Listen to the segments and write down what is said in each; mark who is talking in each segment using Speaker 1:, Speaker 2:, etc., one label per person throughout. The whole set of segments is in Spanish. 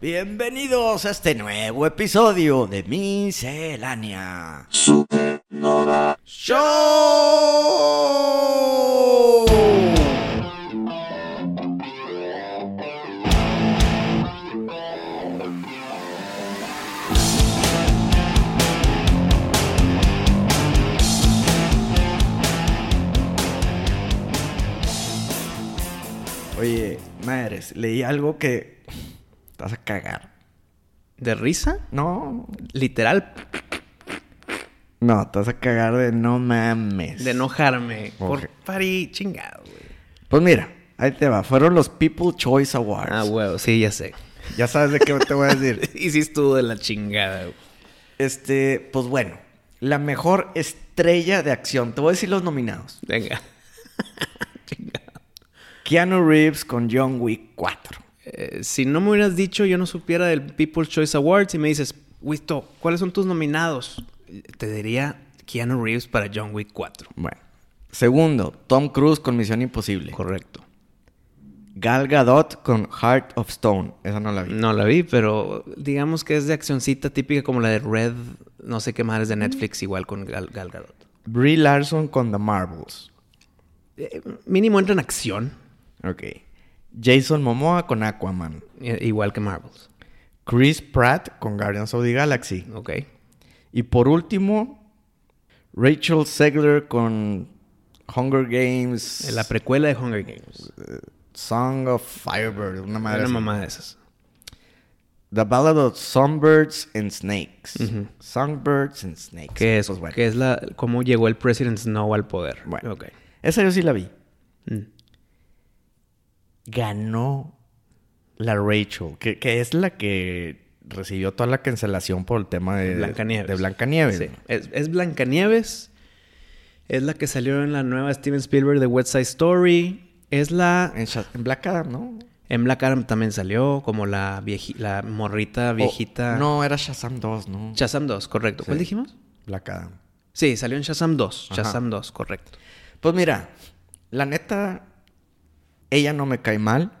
Speaker 1: Bienvenidos a este nuevo episodio de Miscelánea
Speaker 2: Supernova.
Speaker 1: Show. Oye, madres, leí algo que te vas a cagar.
Speaker 3: ¿De risa?
Speaker 1: No,
Speaker 3: Literal,
Speaker 1: no, te vas a cagar de no mames.
Speaker 3: de enojarme.
Speaker 1: Ok.
Speaker 3: Por pari, chingado, güey.
Speaker 1: Pues mira, ahí te va. Fueron los People Choice Awards.
Speaker 3: Ah, huevo, sí, ya sé.
Speaker 1: Ya sabes de qué te voy a decir.
Speaker 3: Y sí estuvo de la chingada, güey.
Speaker 1: Este, pues bueno, la mejor estrella de acción. Te voy a decir los nominados.
Speaker 3: Venga.
Speaker 1: Keanu Reeves con John Wick 4.
Speaker 3: Eh, si no me hubieras dicho, yo no supiera del People's Choice Awards y me dices, Wisto, ¿cuáles son tus nominados? Te diría Keanu Reeves para John Wick 4.
Speaker 1: Bueno. Segundo, Tom Cruise con Misión Imposible.
Speaker 3: Correcto.
Speaker 1: Gal Gadot con Heart of Stone. Esa no la vi.
Speaker 3: No la vi, pero digamos que es de accioncita típica como la de Red, no sé qué madres de Netflix, igual con Gal, Gal Gadot.
Speaker 1: Brie Larson con The Marvels.
Speaker 3: Eh, mínimo entra en acción,
Speaker 1: Ok. Jason Momoa con Aquaman.
Speaker 3: eh, igual que Marvels.
Speaker 1: Chris Pratt con Guardians of the Galaxy.
Speaker 3: Ok.
Speaker 1: Y por último, Rachel Segler con Hunger Games.
Speaker 3: Eh, La precuela de Hunger Games.
Speaker 1: Song of Firebird, una madre.
Speaker 3: Una
Speaker 1: así.
Speaker 3: mamá de esas.
Speaker 1: The Ballad of Songbirds and Snakes.
Speaker 3: Ujú.
Speaker 1: Songbirds and Snakes.
Speaker 3: Que es,
Speaker 1: Pues bueno.
Speaker 3: que es la, cómo llegó el President Snow al poder.
Speaker 1: Bueno.
Speaker 3: Ok.
Speaker 1: Esa yo sí la vi.
Speaker 3: Mm.
Speaker 1: Ganó la Rachel, que, que es la que recibió toda la cancelación por el tema de
Speaker 3: Blancanieves.
Speaker 1: De Blancanieves.
Speaker 3: Sí. Es, es Blancanieves. Es la que salió en la nueva Steven Spielberg de West Side Story. Es la...
Speaker 1: En, Shaz- en Black Adam, ¿no?
Speaker 3: En Black Adam también salió como la, vieji- la morrita viejita.
Speaker 1: O- Oh, no, era Shazam 2, ¿no?
Speaker 3: Shazam 2, correcto. ¿Cuál
Speaker 1: Sí.
Speaker 3: dijimos?
Speaker 1: Black Adam.
Speaker 3: Sí, salió en Shazam 2.
Speaker 1: Ajá.
Speaker 3: Shazam 2, correcto.
Speaker 1: Pues mira, la neta, ella no me cae mal.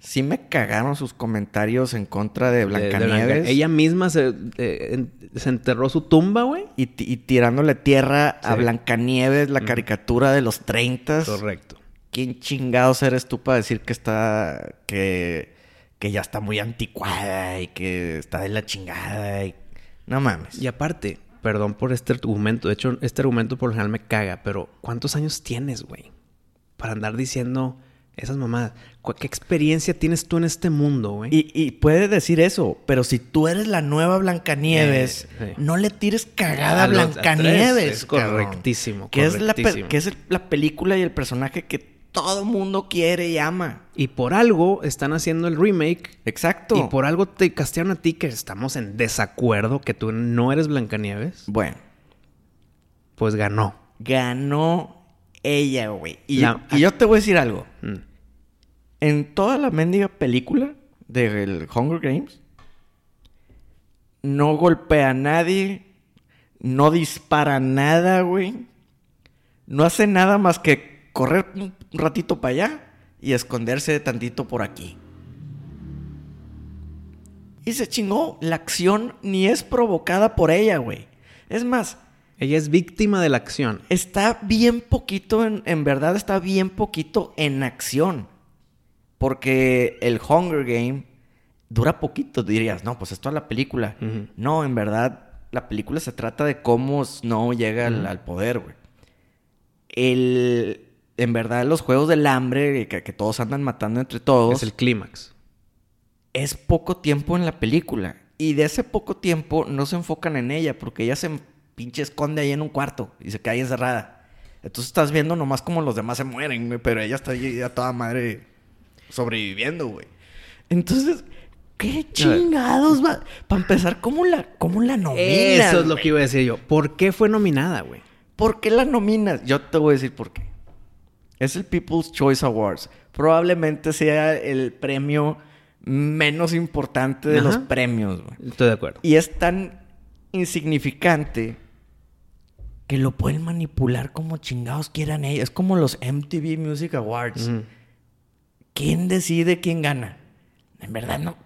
Speaker 1: Sí me cagaron sus comentarios en contra de
Speaker 3: De- de
Speaker 1: Blancanieves.
Speaker 3: Blanca- Ella misma se, eh, en- se enterró su tumba, güey.
Speaker 1: y, ti- y tirándole tierra a
Speaker 3: Sí.
Speaker 1: Blancanieves, la caricatura de los 30.
Speaker 3: Correcto.
Speaker 1: ¿Quién chingados eres tú para decir que está. que. que ya está muy anticuada y que está de la chingada y. No mames.
Speaker 3: Y aparte, perdón por este argumento. De hecho, este argumento por lo general me caga, pero ¿cuántos años tienes, güey? Para andar diciendo esas mamadas. ¿Cu- ¿Qué experiencia tienes tú en este mundo, güey?
Speaker 1: Y, y puede decir eso, pero si tú eres la nueva Blancanieves,
Speaker 3: Eh, sí.
Speaker 1: no le tires cagada a,
Speaker 3: A los- a tres,
Speaker 1: Blancanieves.
Speaker 3: es
Speaker 1: cabrón.
Speaker 3: correctísimo,
Speaker 1: Que es, la pe-
Speaker 3: correctísimo.
Speaker 1: que es el- la película y el personaje que todo mundo quiere y ama.
Speaker 3: Y por algo están haciendo el remake.
Speaker 1: Exacto.
Speaker 3: Y por algo te castearon a ti que estamos en desacuerdo, que tú no eres Blancanieves.
Speaker 1: Bueno,
Speaker 3: Pues ganó.
Speaker 1: ganó ella, güey. Y,
Speaker 3: La-
Speaker 1: y yo te voy a decir algo.
Speaker 3: Mm.
Speaker 1: En toda la mendiga película del Hunger Games, no golpea a nadie, no dispara nada, güey. No hace nada más que correr un ratito para allá y esconderse tantito por aquí. Y se chingó. La acción ni es provocada por ella, güey. Es más,
Speaker 3: Ella es víctima de la acción.
Speaker 1: Está bien poquito, en, en verdad está bien poquito en acción. Porque el Hunger Game dura poquito, dirías, no, pues es toda la película.
Speaker 3: Ujú.
Speaker 1: No, en verdad, la película se trata de cómo Snow llega al, al poder, güey. El, en verdad, los juegos del hambre, que, que todos andan matando entre todos
Speaker 3: Es el clímax.
Speaker 1: es poco tiempo en la película. Y de ese poco tiempo no se enfocan en ella porque ella se pinche esconde ahí en un cuarto y se cae encerrada. Entonces estás viendo nomás como los demás se mueren, güey, pero ella está ahí a toda madre sobreviviendo, güey. Entonces, qué chingados va. Para empezar, ¿cómo la, cómo la nominas?
Speaker 3: Eso es lo
Speaker 1: güey?
Speaker 3: que iba a decir yo. ¿Por qué fue nominada, güey?
Speaker 1: ¿Por qué la nominas? Yo te voy a decir por qué. Es el People's Choice Awards. Probablemente sea el premio menos importante de
Speaker 3: Ajá.
Speaker 1: los premios, güey.
Speaker 3: Estoy de acuerdo.
Speaker 1: Y es tan insignificante que lo pueden manipular como chingados quieran ellos. Es como los MTV Music Awards.
Speaker 3: Ujú.
Speaker 1: ¿Quién decide quién gana? En verdad no.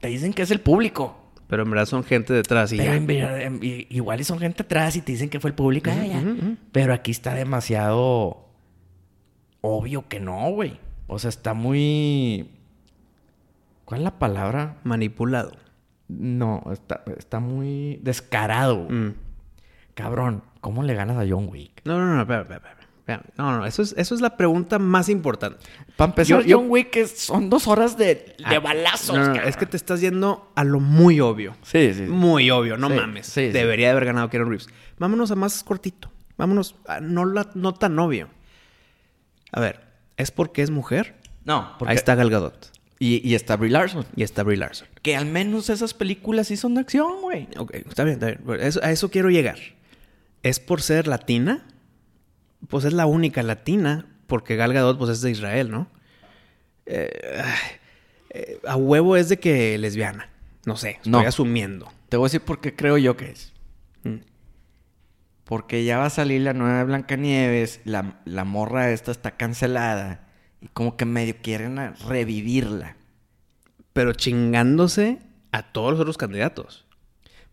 Speaker 1: Te dicen que es el público.
Speaker 3: Pero en verdad son gente detrás y
Speaker 1: Pero
Speaker 3: ya.
Speaker 1: en verdad, em, i- igual y son gente atrás y te dicen que fue el público. Ah, ya.
Speaker 3: ujú, ujú.
Speaker 1: Pero aquí está demasiado obvio que no, güey. O sea, está muy... ¿Cuál es la palabra?
Speaker 3: Manipulado.
Speaker 1: No, está, está muy descarado. güey.
Speaker 3: Mm.
Speaker 1: Cabrón, ¿cómo le ganas a John Wick?
Speaker 3: No, no, no, espera, espera, espera, espera. No, no, eso es, eso es la pregunta más importante.
Speaker 1: Para empezar,
Speaker 3: Yo- yo-
Speaker 1: John Wick es- son dos horas de, de
Speaker 3: Ah,
Speaker 1: balazos.
Speaker 3: No, no, no,
Speaker 1: cabrón.
Speaker 3: es que te estás yendo a lo muy obvio.
Speaker 1: Sí, sí. sí.
Speaker 3: Muy obvio, no
Speaker 1: Sí,
Speaker 3: mames.
Speaker 1: sí, sí.
Speaker 3: Debería de haber ganado Keanu Reeves. Vámonos a más cortito. Vámonos a no, la- no tan obvio. A ver, ¿es porque es mujer?
Speaker 1: No, porque...
Speaker 3: Ahí está Gal Gadot
Speaker 1: Y, y está Brie Larson.
Speaker 3: y está Brie Larson.
Speaker 1: Que al menos esas películas sí son de acción, güey.
Speaker 3: Ok, está bien, está bien. Bueno, eso- a eso quiero llegar. ¿Es por ser latina? Pues es la única latina, porque Gal Gadot pues, es de Israel, ¿no? Eh, ay, eh, a huevo es de que lesbiana. No sé, estoy
Speaker 1: No.
Speaker 3: asumiendo.
Speaker 1: Te voy a decir por qué creo yo que es.
Speaker 3: Mm.
Speaker 1: Porque ya va a salir la nueva de Blancanieves, la, la morra esta está cancelada. Y como que medio quieren a- revivirla.
Speaker 3: Pero chingándose a todos los otros candidatos.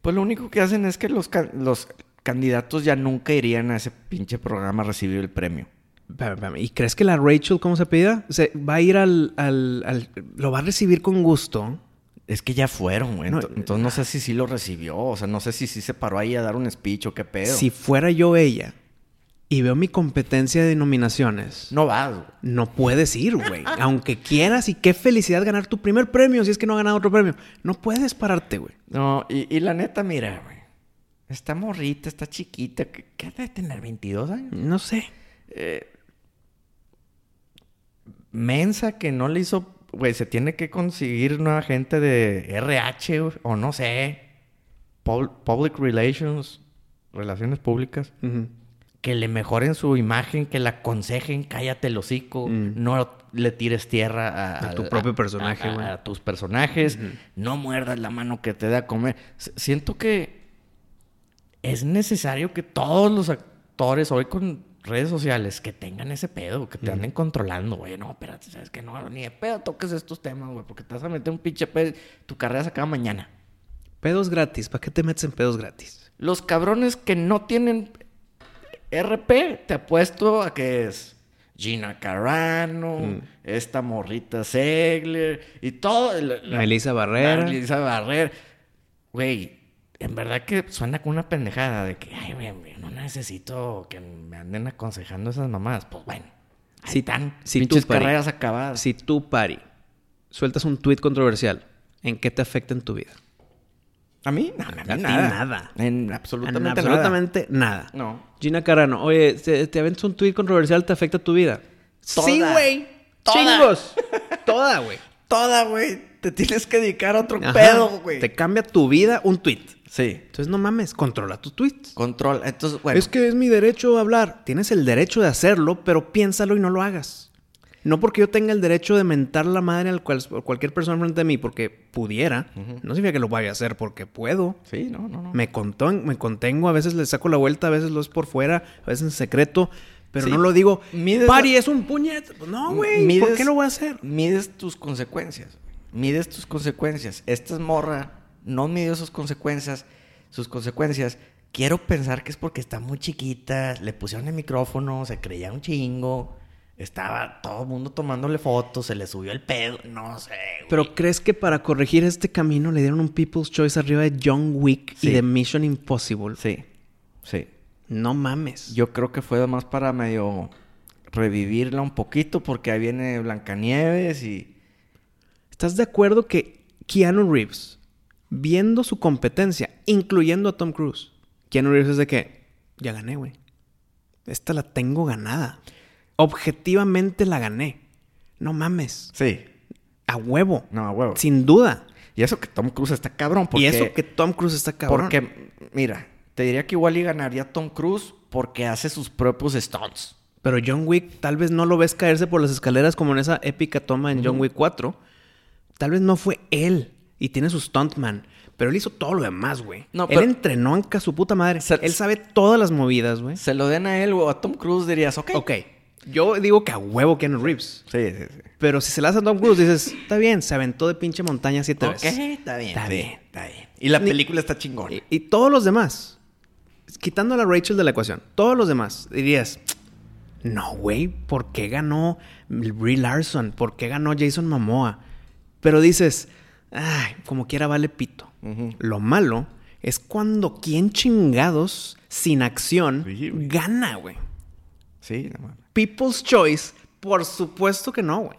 Speaker 1: Pues lo único que hacen es que los, ca- los candidatos ya nunca irían a ese pinche programa a recibir el premio.
Speaker 3: Espérame, espérame. ¿Y crees que la Rachel, cómo se pida? Se va a ir al, al- al- Lo va a recibir con gusto.
Speaker 1: Es que ya fueron, güey.
Speaker 3: No,
Speaker 1: Ento- Entonces no sé si sí lo recibió. O sea, no sé si sí se paró ahí a dar un speech o qué pedo.
Speaker 3: Si fuera yo ella y veo mi competencia de nominaciones...
Speaker 1: No vas, güey.
Speaker 3: No puedes ir, güey. Aunque quieras y qué felicidad ganar tu primer premio si es que no ha ganado otro premio. No puedes pararte, güey.
Speaker 1: No, y, y la neta, mira, güey. Está morrita, está chiquita. ¿Qué, qué ha de tener? ¿22 años?
Speaker 3: No sé.
Speaker 1: Eh, Mensa que no le hizo... Güey, se tiene que conseguir nueva gente de RH güey, o no sé. pub- public Relations. Relaciones públicas. Que le mejoren su imagen, que la aconsejen, cállate el hocico,
Speaker 3: Mm.
Speaker 1: no le tires tierra a,
Speaker 3: A tu propio personaje,
Speaker 1: a- a-
Speaker 3: güey.
Speaker 1: a tus personajes, no muerdas la mano que te da a comer. S- siento que es necesario que todos los actores hoy con redes sociales que tengan ese pedo, que te anden controlando, güey. No, espérate, sabes que no, ni de pedo toques estos temas, güey, porque te vas a meter un pinche pedo, tu carrera se acaba mañana.
Speaker 3: Pedos gratis. ¿Para qué te metes en pedos gratis?
Speaker 1: Los cabrones que no tienen RP, te apuesto a que es Gina Carano,
Speaker 3: Mm.
Speaker 1: esta morrita Segler y todo. la- la-
Speaker 3: Melissa Barrera.
Speaker 1: Melissa Barrera. Güey, en verdad que suena como una pendejada de que, ay, güey, güey, no necesito que me anden aconsejando esas mamadas. Pues bueno, ahí
Speaker 3: Si-
Speaker 1: están.
Speaker 3: si tú,
Speaker 1: pinches
Speaker 3: pari-
Speaker 1: carreras acabadas.
Speaker 3: Si tú, Pari, sueltas un tuit controversial, ¿en qué te afecta en tu vida?
Speaker 1: ¿A mí? No, a mí
Speaker 3: A ti nada.
Speaker 1: En
Speaker 3: En
Speaker 1: absolutamente,
Speaker 3: absolutamente nada.
Speaker 1: nada. No.
Speaker 3: Gina Carano, oye, te, te aventas un tuit controversial, ¿te afecta tu vida?
Speaker 1: Toda.
Speaker 3: Sí, güey.
Speaker 1: Toda.
Speaker 3: Chingos. Toda, güey.
Speaker 1: Toda, güey. Te tienes que dedicar a otro
Speaker 3: Ajá.
Speaker 1: pedo, güey.
Speaker 3: Te cambia tu vida un tuit.
Speaker 1: Sí.
Speaker 3: Entonces no mames, controla tus tweets.
Speaker 1: Control. Entonces, bueno.
Speaker 3: Es que es mi derecho a hablar. Tienes el derecho de hacerlo, pero piénsalo y no lo hagas. No porque yo tenga el derecho de mentar la madre al cual, a cualquier persona frente a mí porque pudiera, no significa que lo vaya a hacer porque puedo.
Speaker 1: Sí, no, no, no.
Speaker 3: Me, contón- me contengo, a veces le saco la vuelta, a veces lo es por fuera, a veces en secreto, pero
Speaker 1: Sí.
Speaker 3: no lo digo.
Speaker 1: Mides
Speaker 3: Pari
Speaker 1: la-
Speaker 3: es un puñet. Pues No, güey.
Speaker 1: Mides-
Speaker 3: ¿Por qué lo voy a hacer?
Speaker 1: Mides tus consecuencias. güey. Mides tus consecuencias. Esta es morra. No midió sus consecuencias. Sus consecuencias. Quiero pensar que es porque está muy chiquita. Le pusieron el micrófono. Se creía un chingo. Estaba todo el mundo tomándole fotos. Se le subió el pedo. No sé. güey.
Speaker 3: Pero crees que para corregir este camino le dieron un People's Choice arriba de John Wick
Speaker 1: Sí.
Speaker 3: y de Mission Impossible.
Speaker 1: Sí. Sí.
Speaker 3: No mames.
Speaker 1: Yo creo que fue más para medio revivirla un poquito porque ahí viene Blancanieves y...
Speaker 3: ¿Estás de acuerdo que Keanu Reeves, viendo su competencia, incluyendo a Tom Cruise, Keanu Reeves es de que ya gané, güey. Esta la tengo ganada. Objetivamente la gané. No mames.
Speaker 1: Sí.
Speaker 3: A huevo.
Speaker 1: No, a huevo.
Speaker 3: Sin duda.
Speaker 1: Y eso que Tom Cruise está cabrón. Porque,
Speaker 3: Y eso que Tom Cruise está cabrón.
Speaker 1: Porque, mira, te diría que igual y ganaría Tom Cruise porque hace sus propios stunts.
Speaker 3: Pero John Wick, tal vez no lo ves caerse por las escaleras como en esa épica toma en John Wick 4. Tal vez no fue él y tiene su stuntman. Pero él hizo todo lo demás, güey.
Speaker 1: No,
Speaker 3: él
Speaker 1: pero-
Speaker 3: entrenó en ca- su puta madre.
Speaker 1: Se-
Speaker 3: él sabe todas las movidas, güey.
Speaker 1: Se lo den a él o a Tom Cruise, dirías, ok.
Speaker 3: Ok, Yo digo que a huevo Keanu Reeves.
Speaker 1: Sí, sí, sí.
Speaker 3: Pero si se la hace a Tom Cruise, dices, está bien, se aventó de pinche montaña siete
Speaker 1: Ok,
Speaker 3: veces.
Speaker 1: está bien.
Speaker 3: Está
Speaker 1: Está
Speaker 3: bien.
Speaker 1: bien, está bien. Y la
Speaker 3: Ni-
Speaker 1: película está chingona.
Speaker 3: Y, y todos los demás, quitando a la Rachel de la ecuación, todos los demás, dirías, no, güey, ¿por qué ganó Brie Larson? ¿Por qué ganó Jason Momoa? Pero dices, ay, como quiera vale pito.
Speaker 1: Ujú.
Speaker 3: Lo malo es cuando quien chingados, sin acción,
Speaker 1: Sí, güey.
Speaker 3: gana, güey.
Speaker 1: Sí, no mames.
Speaker 3: People's Choice, por supuesto que no, güey.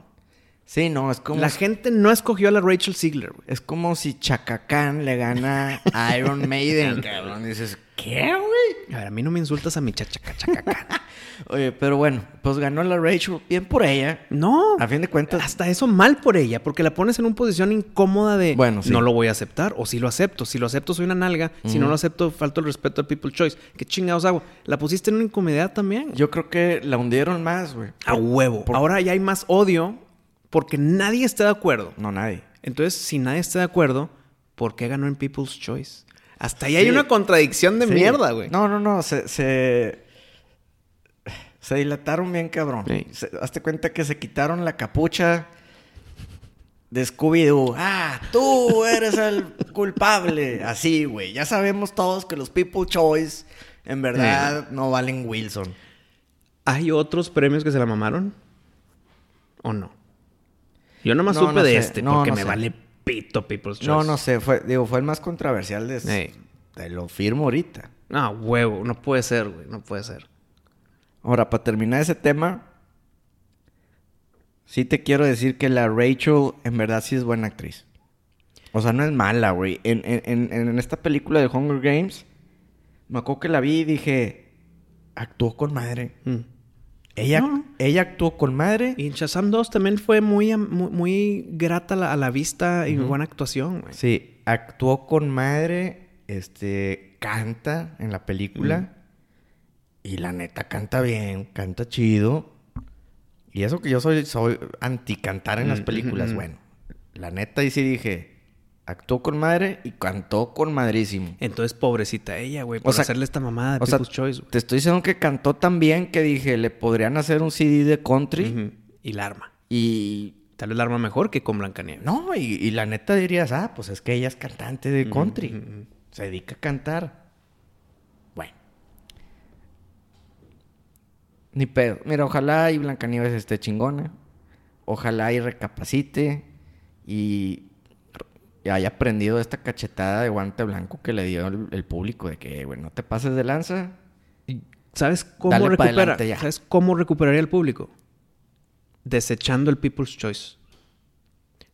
Speaker 1: Sí, no, es como,
Speaker 3: La gente no escogió a la Rachel Ziegler, güey.
Speaker 1: es como si Chacacán le gana a Iron Maiden, cabrón. Y dices, ¿qué, güey?
Speaker 3: A ver, a mí no me insultas a mi chachacachacaca.
Speaker 1: Oye, pero bueno, pues ganó la Rachel, bien por ella.
Speaker 3: no.
Speaker 1: A fin de cuentas,
Speaker 3: Hasta eso mal por ella, porque la pones en una posición incómoda de
Speaker 1: Bueno, sí.
Speaker 3: no lo voy a aceptar o si lo acepto. Si lo acepto soy una nalga, si no lo acepto falto el respeto al people's choice. ¿Qué chingados hago? La pusiste en una incomodidad también.
Speaker 1: yo creo que la hundieron más, güey.
Speaker 3: a huevo. Ahora ya hay más odio porque nadie está de acuerdo.
Speaker 1: No, nadie.
Speaker 3: Entonces, si nadie está de acuerdo, ¿por qué ganó en people's choice? Hasta ahí hay
Speaker 1: Sí.
Speaker 3: una contradicción de
Speaker 1: Sí.
Speaker 3: mierda, güey.
Speaker 1: No, no, no. Se, se, se dilataron bien, cabrón.
Speaker 3: Sí.
Speaker 1: Se- hazte cuenta que se quitaron la capucha de Scooby-Doo. Ah, tú eres el culpable. Así, güey. Ya sabemos todos que los People Choice en verdad no valen Wilson.
Speaker 3: ¿Hay otros premios que se la mamaron? ¿O no? Yo nomás
Speaker 1: No,
Speaker 3: supe
Speaker 1: no
Speaker 3: de
Speaker 1: sé.
Speaker 3: este
Speaker 1: No,
Speaker 3: porque
Speaker 1: no
Speaker 3: me
Speaker 1: sé.
Speaker 3: vale pito people's choice.
Speaker 1: No, no sé. Fue, digo, fue el más controversial de...
Speaker 3: Ey.
Speaker 1: Te lo firmo ahorita.
Speaker 3: Ah, huevo, no puede ser, güey, no puede ser.
Speaker 1: Ahora, para terminar ese tema, sí te quiero decir que la Rachel en verdad sí es buena actriz. O sea, no es mala, güey. En, en- en- en esta película de Hunger Games, me acuerdo que la vi y dije, actuó con madre. Ella,
Speaker 3: No.
Speaker 1: ella actuó con madre.
Speaker 3: Y en Shazam 2 también fue muy, am- muy, muy grata la- a la vista y buena actuación, güey.
Speaker 1: Sí, actuó con madre, este, canta en la película. Y la neta canta bien, canta chido. Y eso que yo soy, soy anti-cantar en las
Speaker 3: Mm,
Speaker 1: películas,
Speaker 3: mm, mm.
Speaker 1: bueno. La neta y sí dije, actuó con madre y cantó con madrísimo.
Speaker 3: Entonces, pobrecita ella, güey, por
Speaker 1: sea-
Speaker 3: hacerle esta mamada de
Speaker 1: O sea,
Speaker 3: People's Choice, güey.
Speaker 1: te estoy diciendo que cantó tan bien que dije, le podrían hacer un CD de country
Speaker 3: Ujú. Y la arma.
Speaker 1: y
Speaker 3: Tal vez la arma mejor que con Blancanieves.
Speaker 1: No, y, y la neta dirías, ah, pues es que ella es cantante de country. Se dedica a cantar. Bueno. Ni pedo. Mira, ojalá y Blancanieves esté chingona. Ojalá y recapacite. Y, y haya aprendido esta cachetada de guante blanco que le dio el, el público. De que, bueno, no te pases de lanza.
Speaker 3: ¿Sabes cómo
Speaker 1: Dale pa'
Speaker 3: recupera?
Speaker 1: adelante ya.
Speaker 3: ¿Sabes cómo recuperaría el público? Desechando el People's Choice.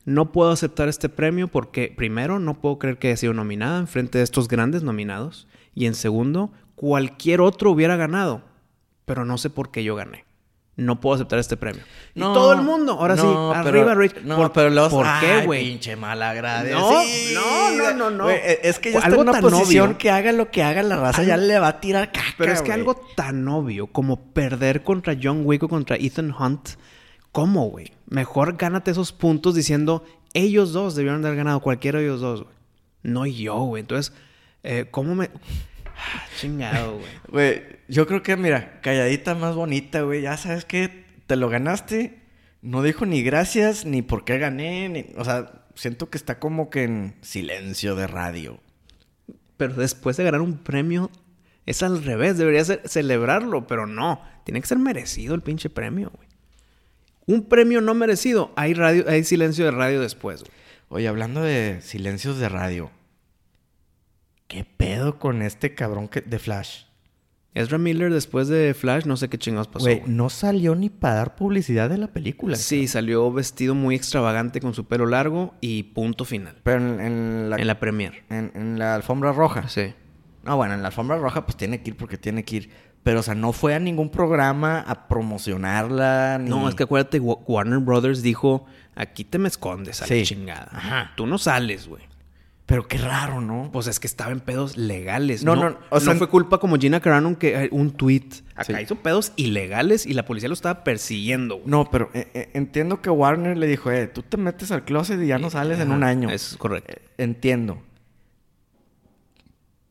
Speaker 3: No puedo aceptar este premio porque, primero, no puedo creer que haya sido nominada en frente de estos grandes nominados. Y en segundo, cualquier otro hubiera ganado. Pero no sé por qué yo gané. No puedo aceptar este premio. y todo el mundo, ahora
Speaker 1: no,
Speaker 3: sí,
Speaker 1: pero-
Speaker 3: arriba, Rich.
Speaker 1: No,
Speaker 3: ¿Por,
Speaker 1: pero los.
Speaker 3: ¿por qué,
Speaker 1: Ay,
Speaker 3: güey?
Speaker 1: Pinche malagradecida.
Speaker 3: No, no, no, no, no.
Speaker 1: Güey, eh, es que ya
Speaker 3: Algo
Speaker 1: está en una
Speaker 3: tan
Speaker 1: posición
Speaker 3: obvio.
Speaker 1: que haga lo que haga, la raza ya
Speaker 3: Algo-
Speaker 1: le va a tirar caca.
Speaker 3: Pero es que
Speaker 1: güey.
Speaker 3: algo tan obvio como perder contra John Wick o contra Ethan Hunt, ¿cómo, güey? Mejor gánate esos puntos diciendo, ellos dos debieron haber ganado, cualquiera de ellos dos, güey. No yo, güey. Entonces, eh, ¿cómo me...? Ah, Chingado, güey.
Speaker 1: Güey, yo creo que, mira, calladita más bonita, güey. Ya sabes que te lo ganaste. No dijo ni gracias, ni por qué gané. ni- O sea, siento que está como que en silencio de radio.
Speaker 3: Pero después de ganar un premio, es al revés. Debería ser celebrarlo, pero no. Tiene que ser merecido el pinche premio, güey. Un premio no merecido, hay, radio, hay silencio de radio después, güey.
Speaker 1: Oye, hablando de silencios de radio. ¿Qué pedo con este cabrón que, de Flash?
Speaker 3: Ezra Miller después de Flash, no sé qué chingados pasó.
Speaker 1: Güey,
Speaker 3: güey.
Speaker 1: no salió ni para dar publicidad de la película.
Speaker 3: Sí, salió vestido muy extravagante con su pelo largo y punto final.
Speaker 1: Pero en, en la,
Speaker 3: En la premier.
Speaker 1: en- en la alfombra roja.
Speaker 3: Sí.
Speaker 1: Ah, bueno, en la alfombra roja pues tiene que ir porque tiene que ir. Pero, o sea, no fue a ningún programa a promocionarla. Ni...
Speaker 3: No, es que acuérdate, Wa- Warner Brothers dijo, aquí te me escondes a la
Speaker 1: Sí.
Speaker 3: chingada.
Speaker 1: Ajá.
Speaker 3: Tú no sales, güey.
Speaker 1: Pero qué raro, ¿no?
Speaker 3: Pues es que estaba en pedos legales. No,
Speaker 1: No,
Speaker 3: no,
Speaker 1: no, o sea-
Speaker 3: no fue culpa como Gina Carano que eh, un tweet. Acá
Speaker 1: Sí.
Speaker 3: hizo pedos ilegales y la policía lo estaba persiguiendo. güey.
Speaker 1: No, pero eh, eh, entiendo que Warner le dijo, eh, tú te metes al closet y ya no sales en
Speaker 3: Ajá,
Speaker 1: un año.
Speaker 3: Eso es correcto.
Speaker 1: Eh, Entiendo.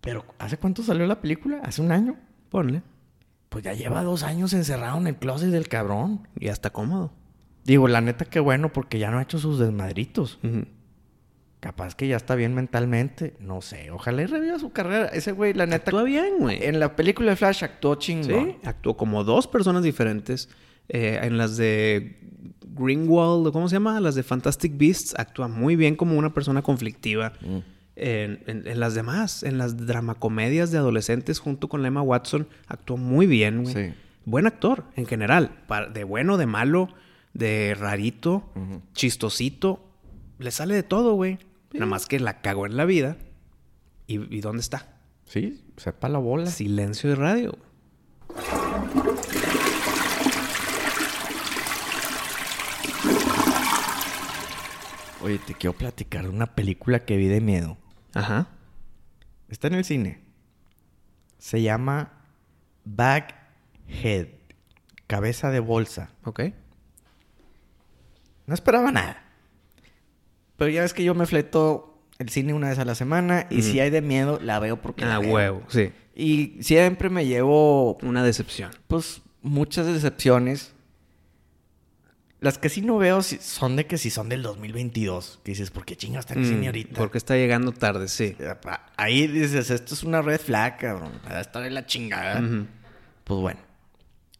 Speaker 1: Pero, ¿hace cuánto salió la película? ¿Hace un año?
Speaker 3: Ponle.
Speaker 1: pues ya lleva dos años encerrado en el closet del cabrón.
Speaker 3: Y hasta cómodo.
Speaker 1: Digo, la neta, qué bueno, porque ya no ha hecho sus desmadritos.
Speaker 3: Ujú.
Speaker 1: Capaz que ya está bien mentalmente. No sé, ojalá y reviva su carrera. Ese güey, la neta,
Speaker 3: Actúa bien, güey.
Speaker 1: en la película de Flash actuó
Speaker 3: Sí,
Speaker 1: chingón.
Speaker 3: actuó como dos personas diferentes. Eh, en las de Greenwald, ¿cómo se llama? Las de Fantastic Beasts, actúa muy bien como una persona conflictiva.
Speaker 1: Mm.
Speaker 3: En, en- en las demás, en las dramacomedias de adolescentes junto con Emma Watson, actuó muy bien, güey.
Speaker 1: Sí.
Speaker 3: Buen actor en general, para- de bueno, de malo, de rarito,
Speaker 1: Ujú.
Speaker 3: chistosito, le sale de todo, güey. Nada más que la cagó en la vida. ¿Y, y dónde está?
Speaker 1: Sí, sepa la bola.
Speaker 3: Silencio de radio.
Speaker 1: Oye, te quiero platicar de una película que vi de miedo.
Speaker 3: Ajá.
Speaker 1: Está en el cine. Se llama Baghead. Cabeza de bolsa.
Speaker 3: Ok.
Speaker 1: No esperaba nada. Pero ya ves que yo me fleto el cine una vez a la semana y
Speaker 3: Ujú.
Speaker 1: si hay de miedo, la veo porque... la
Speaker 3: Ah,
Speaker 1: veo.
Speaker 3: huevo, sí.
Speaker 1: Y siempre me llevo,
Speaker 3: Una decepción.
Speaker 1: pues, muchas decepciones. Las que sí no veo si- son de que si son del 2022. Que dices, ¿por qué chingas está en el cine ahorita?
Speaker 3: Mm, Porque está llegando tarde, sí.
Speaker 1: Apa, Ahí dices, esto es una red flag, cabrón. Para estar en la chingada.
Speaker 3: Ujú.
Speaker 1: Pues bueno.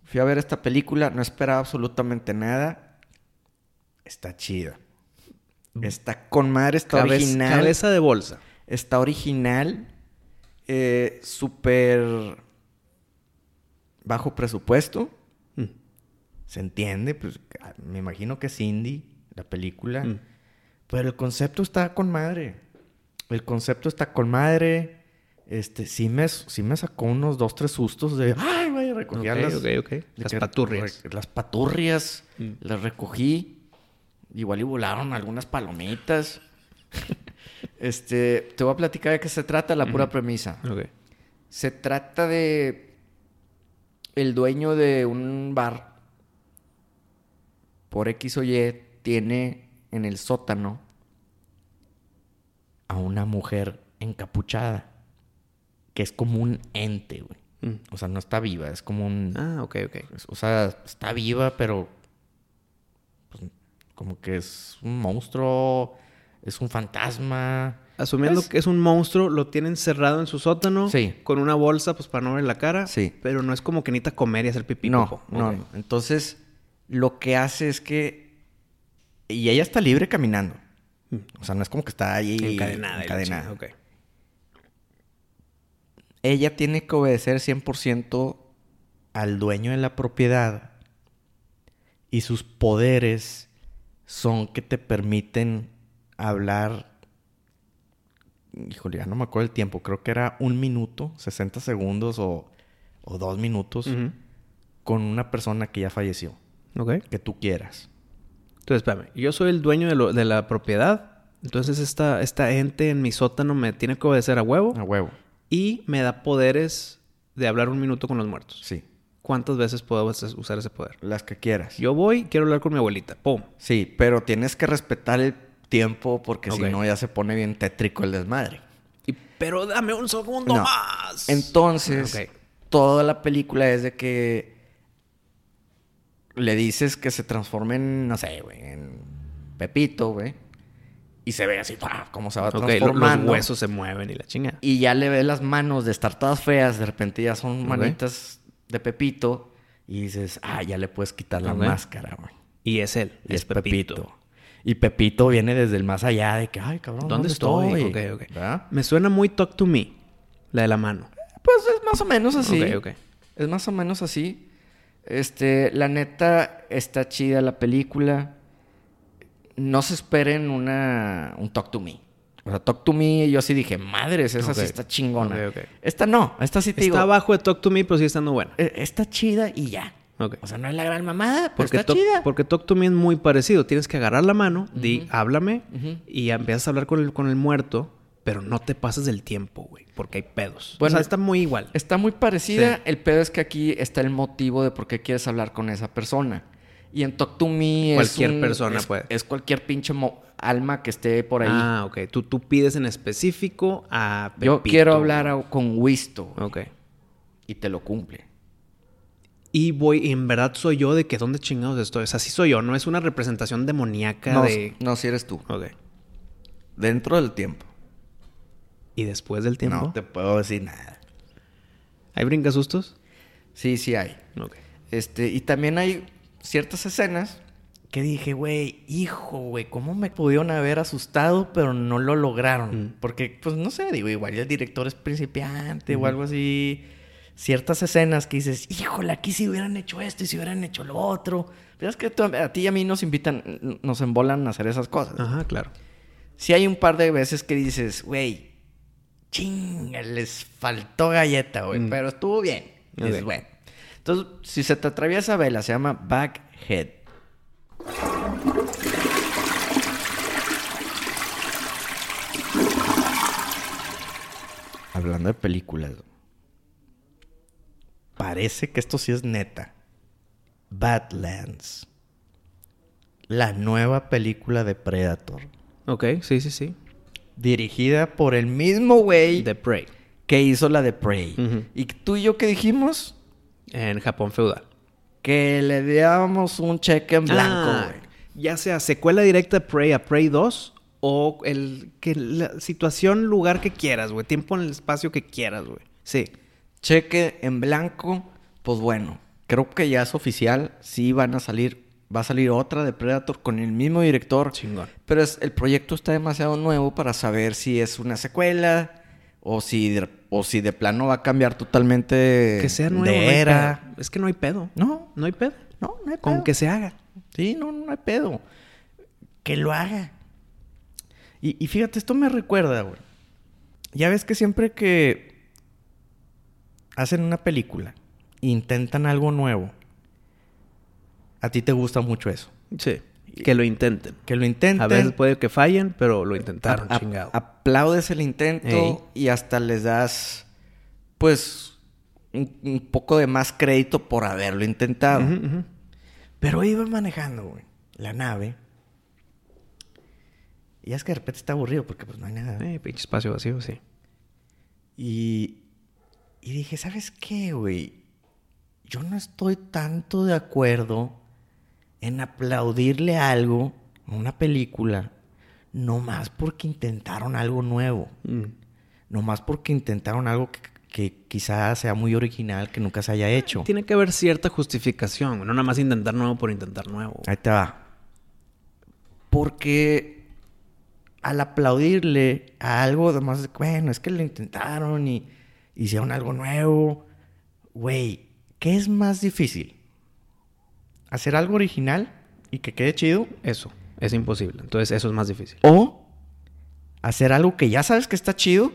Speaker 1: Fui a ver esta película, no esperaba absolutamente nada. Está chida. Está con madre, está
Speaker 3: Mm. Cabez-
Speaker 1: original.
Speaker 3: cabeza de bolsa.
Speaker 1: Está original. eh, Súper bajo presupuesto.
Speaker 3: Mm.
Speaker 1: Se entiende, pues ah, me imagino que es indie la película.
Speaker 3: Mm.
Speaker 1: Pero el concepto está con madre. El concepto está con madre. Este, sí me, sí me sacó unos dos, tres sustos de... ¡Ay, güey! Recogí a
Speaker 3: Ok,
Speaker 1: las...
Speaker 3: ok, ok.
Speaker 1: de
Speaker 3: Las
Speaker 1: que
Speaker 3: paturrias.
Speaker 1: re- las paturrias.
Speaker 3: Mm.
Speaker 1: Las recogí. Igual y volaron algunas palomitas. este, te voy a platicar de qué se trata la pura premisa.
Speaker 3: Ok.
Speaker 1: Se trata de el dueño de un bar. Por X o Y tiene en el sótano a una mujer encapuchada. Que es como un ente, güey.
Speaker 3: Mm.
Speaker 1: O sea, no está viva, es como un...
Speaker 3: Ah, ok, ok.
Speaker 1: pues, O sea, está viva, pero... pues, como que es un monstruo, es un fantasma.
Speaker 3: Asumiendo
Speaker 1: Pues-
Speaker 3: que es un monstruo, lo tienen cerrado en su sótano.
Speaker 1: Sí.
Speaker 3: Con una bolsa, pues para no ver la cara.
Speaker 1: Sí.
Speaker 3: Pero no es como que necesita comer y hacer pipí.
Speaker 1: No,
Speaker 3: popo.
Speaker 1: no,
Speaker 3: Ok.
Speaker 1: no. Entonces, lo que hace es que. Y ella está libre caminando. O sea, no es como que está ahí
Speaker 3: Mm. Encadenada. y la
Speaker 1: encadenada.
Speaker 3: chingada, ok.
Speaker 1: Ella tiene que obedecer 100% al dueño de la propiedad. Y sus poderes son que te permiten hablar. Híjole, ya no me acuerdo el tiempo. Creo que era un minuto, 60 segundos o, o dos minutos
Speaker 3: Ujú.
Speaker 1: con una persona que ya falleció.
Speaker 3: Ok.
Speaker 1: que tú quieras.
Speaker 3: Entonces, espérame, yo soy el dueño de, lo- de la propiedad, entonces esta, esta ente en mi sótano me tiene que obedecer a huevo
Speaker 1: A huevo.
Speaker 3: y me da poderes de hablar un minuto con los muertos.
Speaker 1: Sí.
Speaker 3: ¿Cuántas veces puedo us- usar ese poder?
Speaker 1: Las que quieras.
Speaker 3: Yo voy, quiero hablar con mi abuelita, ¡pum!
Speaker 1: Sí, pero tienes que respetar el tiempo porque
Speaker 3: Ok.
Speaker 1: si no ya se pone bien tétrico el desmadre.
Speaker 3: Y, pero dame un segundo
Speaker 1: No.
Speaker 3: más.
Speaker 1: Entonces,
Speaker 3: Ok.
Speaker 1: toda la película es de que le dices que se transforme en, no sé, güey, en Pepito, güey. Y se ve así, ¡fua! cómo se va
Speaker 3: Ok, lo- los
Speaker 1: transformando.
Speaker 3: huesos se mueven y la chinga.
Speaker 1: Y ya le ves las manos de estar todas feas, de repente ya son
Speaker 3: Ok.
Speaker 1: manitas de Pepito. Y dices, ah, ya le puedes quitar la
Speaker 3: Ok.
Speaker 1: máscara, güey.
Speaker 3: Y es él,
Speaker 1: Y es Pepito. Y Pepito viene desde el más allá de que, ay, cabrón,
Speaker 3: ¿Dónde, estoy? Ok, ok. Me suena muy Talk to Me, la de la mano.
Speaker 1: Pues es más o menos así.
Speaker 3: Ok, ok.
Speaker 1: Es más o menos así. Este, la neta, está chida la película. No se esperen una, un Talk to Me. O sea, Talk to Me, yo sí dije, madres, esa sí
Speaker 3: Ok.
Speaker 1: está chingona.
Speaker 3: Ok, ok.
Speaker 1: Esta no, esta sí te
Speaker 3: Está
Speaker 1: digo.
Speaker 3: abajo de Talk to Me, pero sigue estando buena.
Speaker 1: "Eh, Está chida y ya.
Speaker 3: Ok.
Speaker 1: O sea, no es la gran mamada, pero
Speaker 3: Porque,
Speaker 1: está
Speaker 3: Talk-
Speaker 1: chida.
Speaker 3: porque Talk to Me es muy parecido. Tienes que agarrar la mano, di, háblame,
Speaker 1: Ujú.
Speaker 3: y empiezas a hablar con el, con el muerto, pero no te pases del tiempo, güey, porque hay pedos.
Speaker 1: Bueno,
Speaker 3: o sea, está muy igual.
Speaker 1: Está muy parecida.
Speaker 3: Sí.
Speaker 1: El pedo es que aquí está el motivo de por qué quieres hablar con esa persona. Y en Talk to Me es
Speaker 3: Cualquier
Speaker 1: un-
Speaker 3: persona
Speaker 1: es,
Speaker 3: puede.
Speaker 1: Es cualquier pinche mo- alma que esté por ahí.
Speaker 3: Ah, ok. Tú, tú pides en específico a
Speaker 1: Yo
Speaker 3: Pepito.
Speaker 1: quiero hablar a- con Wisto
Speaker 3: Ok.
Speaker 1: y te lo cumple.
Speaker 3: Y voy, y en verdad soy yo de que dónde chingados estoy. O sea, sí soy yo, no es una representación demoníaca
Speaker 1: No,
Speaker 3: de.
Speaker 1: no, si eres tú.
Speaker 3: Ok.
Speaker 1: Dentro del tiempo.
Speaker 3: Y después del tiempo.
Speaker 1: No te puedo decir nada.
Speaker 3: ¿Hay brincasustos?
Speaker 1: Sí, sí hay.
Speaker 3: Ok.
Speaker 1: Este, y también hay ciertas escenas que dije, güey, hijo, güey, ¿cómo me pudieron haber asustado, pero no lo lograron?
Speaker 3: Mm.
Speaker 1: Porque, pues, no sé, digo, igual el director es principiante o algo así. Ciertas escenas que dices, híjole, aquí si hubieran hecho esto y si hubieran hecho lo otro. Pero es que tú- a ti y a mí nos invitan, nos embolan a hacer esas cosas.
Speaker 3: Ajá, claro.
Speaker 1: Si hay un par de veces que dices, güey, chinga, les faltó galleta, güey,
Speaker 3: Mm.
Speaker 1: pero estuvo bien. Y dices,
Speaker 3: Ok.
Speaker 1: bueno. Entonces, si se te atraviesa, vela, se llama backhead. Hablando de películas, güey. parece que esto sí es neta. Badlands. La nueva película de Predator
Speaker 3: Ok, sí, sí, sí.
Speaker 1: dirigida por el mismo güey
Speaker 3: The Prey.
Speaker 1: que hizo la de Prey.
Speaker 3: Ujú.
Speaker 1: Y tú y yo que dijimos
Speaker 3: En Japón feudal.
Speaker 1: que le dábamos un cheque en
Speaker 3: Ah,
Speaker 1: blanco, güey.
Speaker 3: ya sea secuela directa de Prey a Prey 2 o el que la situación, lugar que quieras, güey. Tiempo en el espacio que quieras, güey. Sí.
Speaker 1: Cheque en blanco, pues bueno, creo que ya es oficial, sí van a salir, va a salir otra de Predator con el mismo director.
Speaker 3: Chingón.
Speaker 1: Pero es- el proyecto está demasiado nuevo para saber si es una secuela o si de, o si de plano va a cambiar totalmente
Speaker 3: Que sea nuevo. no hay
Speaker 1: de era.
Speaker 3: pedo. Es que no hay pedo.
Speaker 1: No,
Speaker 3: No hay pedo.
Speaker 1: no, no hay
Speaker 3: Con
Speaker 1: pedo.
Speaker 3: que se haga.
Speaker 1: Sí, no, no hay pedo. Que lo haga. Y, y fíjate, esto me recuerda, güey. Ya ves que siempre que hacen una película, intentan algo nuevo. A ti te gusta mucho eso.
Speaker 3: Sí. Que lo intenten.
Speaker 1: Que lo intenten.
Speaker 3: A veces puede que fallen, pero lo intentaron,
Speaker 1: a- a-
Speaker 3: chingado.
Speaker 1: aplaudes el intento
Speaker 3: Ey.
Speaker 1: y hasta les das, pues, un, un poco de más crédito por haberlo intentado.
Speaker 3: Ujú, ujú.
Speaker 1: Pero iba manejando, güey, la nave. Y es que de repente está aburrido porque pues no hay nada.
Speaker 3: Eh, pinche espacio vacío, sí.
Speaker 1: Y, y dije, ¿sabes qué, güey? Yo no estoy tanto de acuerdo en aplaudirle algo a una película, nomás porque intentaron algo nuevo,
Speaker 3: Mm.
Speaker 1: nomás porque intentaron algo que, que quizás sea muy original, que nunca se haya hecho.
Speaker 3: Tiene que haber cierta justificación. No nada más intentar nuevo por intentar nuevo.
Speaker 1: Ahí te va. Porque al aplaudirle a algo, además, de, bueno, es que lo intentaron y hicieron algo nuevo. Güey, ¿qué es más difícil? ¿Hacer algo original y que quede chido?
Speaker 3: Eso. Es imposible. Entonces, eso es más difícil.
Speaker 1: ¿O hacer algo que ya sabes que está chido?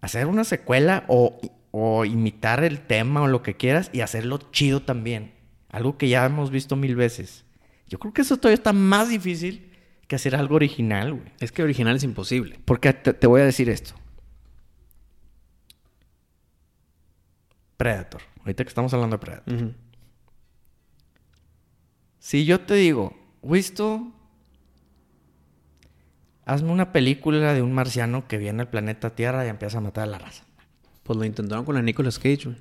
Speaker 1: ¿Hacer una secuela o, o imitar el tema o lo que quieras y hacerlo chido también? Algo que ya hemos visto mil veces. Yo creo que eso todavía está más difícil que hacer algo original, güey.
Speaker 3: Es que original es imposible.
Speaker 1: Porque te, te voy a decir esto. Predator. Ahorita que estamos hablando de Predator. Si yo te digo, Wisto, hazme una película de un marciano que viene al planeta Tierra y empieza a matar a la raza.
Speaker 3: Pues lo intentaron con la Nicolas Cage, güey.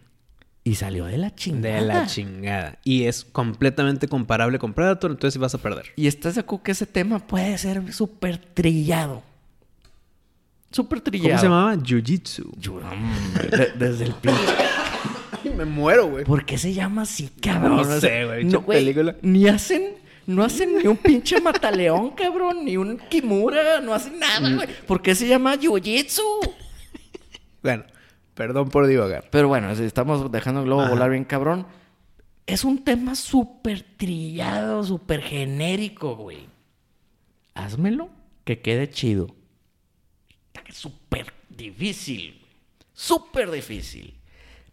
Speaker 1: Y salió de la chingada.
Speaker 3: De la chingada. Y es completamente comparable con Predator, entonces vas a perder.
Speaker 1: Y estás de acuerdo que ese tema puede ser súper trillado. Súper trillado.
Speaker 3: ¿Cómo se llamaba? Jiu-Jitsu.
Speaker 1: Yo, hombre, de- desde el pinche.
Speaker 3: Me muero, güey.
Speaker 1: ¿Por qué se llama así, cabrón?
Speaker 3: No
Speaker 1: O sea,
Speaker 3: sé, güey, pinche película.
Speaker 1: Ni hacen, no hacen ni un pinche mataleón, cabrón, ni un kimura, no hacen
Speaker 3: Mm.
Speaker 1: nada, güey. ¿Por qué se llama jiu-jitsu?
Speaker 3: Bueno, perdón por divagar.
Speaker 1: Pero bueno, si estamos dejando el globo
Speaker 3: Ajá.
Speaker 1: volar bien cabrón. Es un tema súper trillado, súper genérico, güey. Házmelo que quede chido. Está Súper difícil, güey. Súper difícil.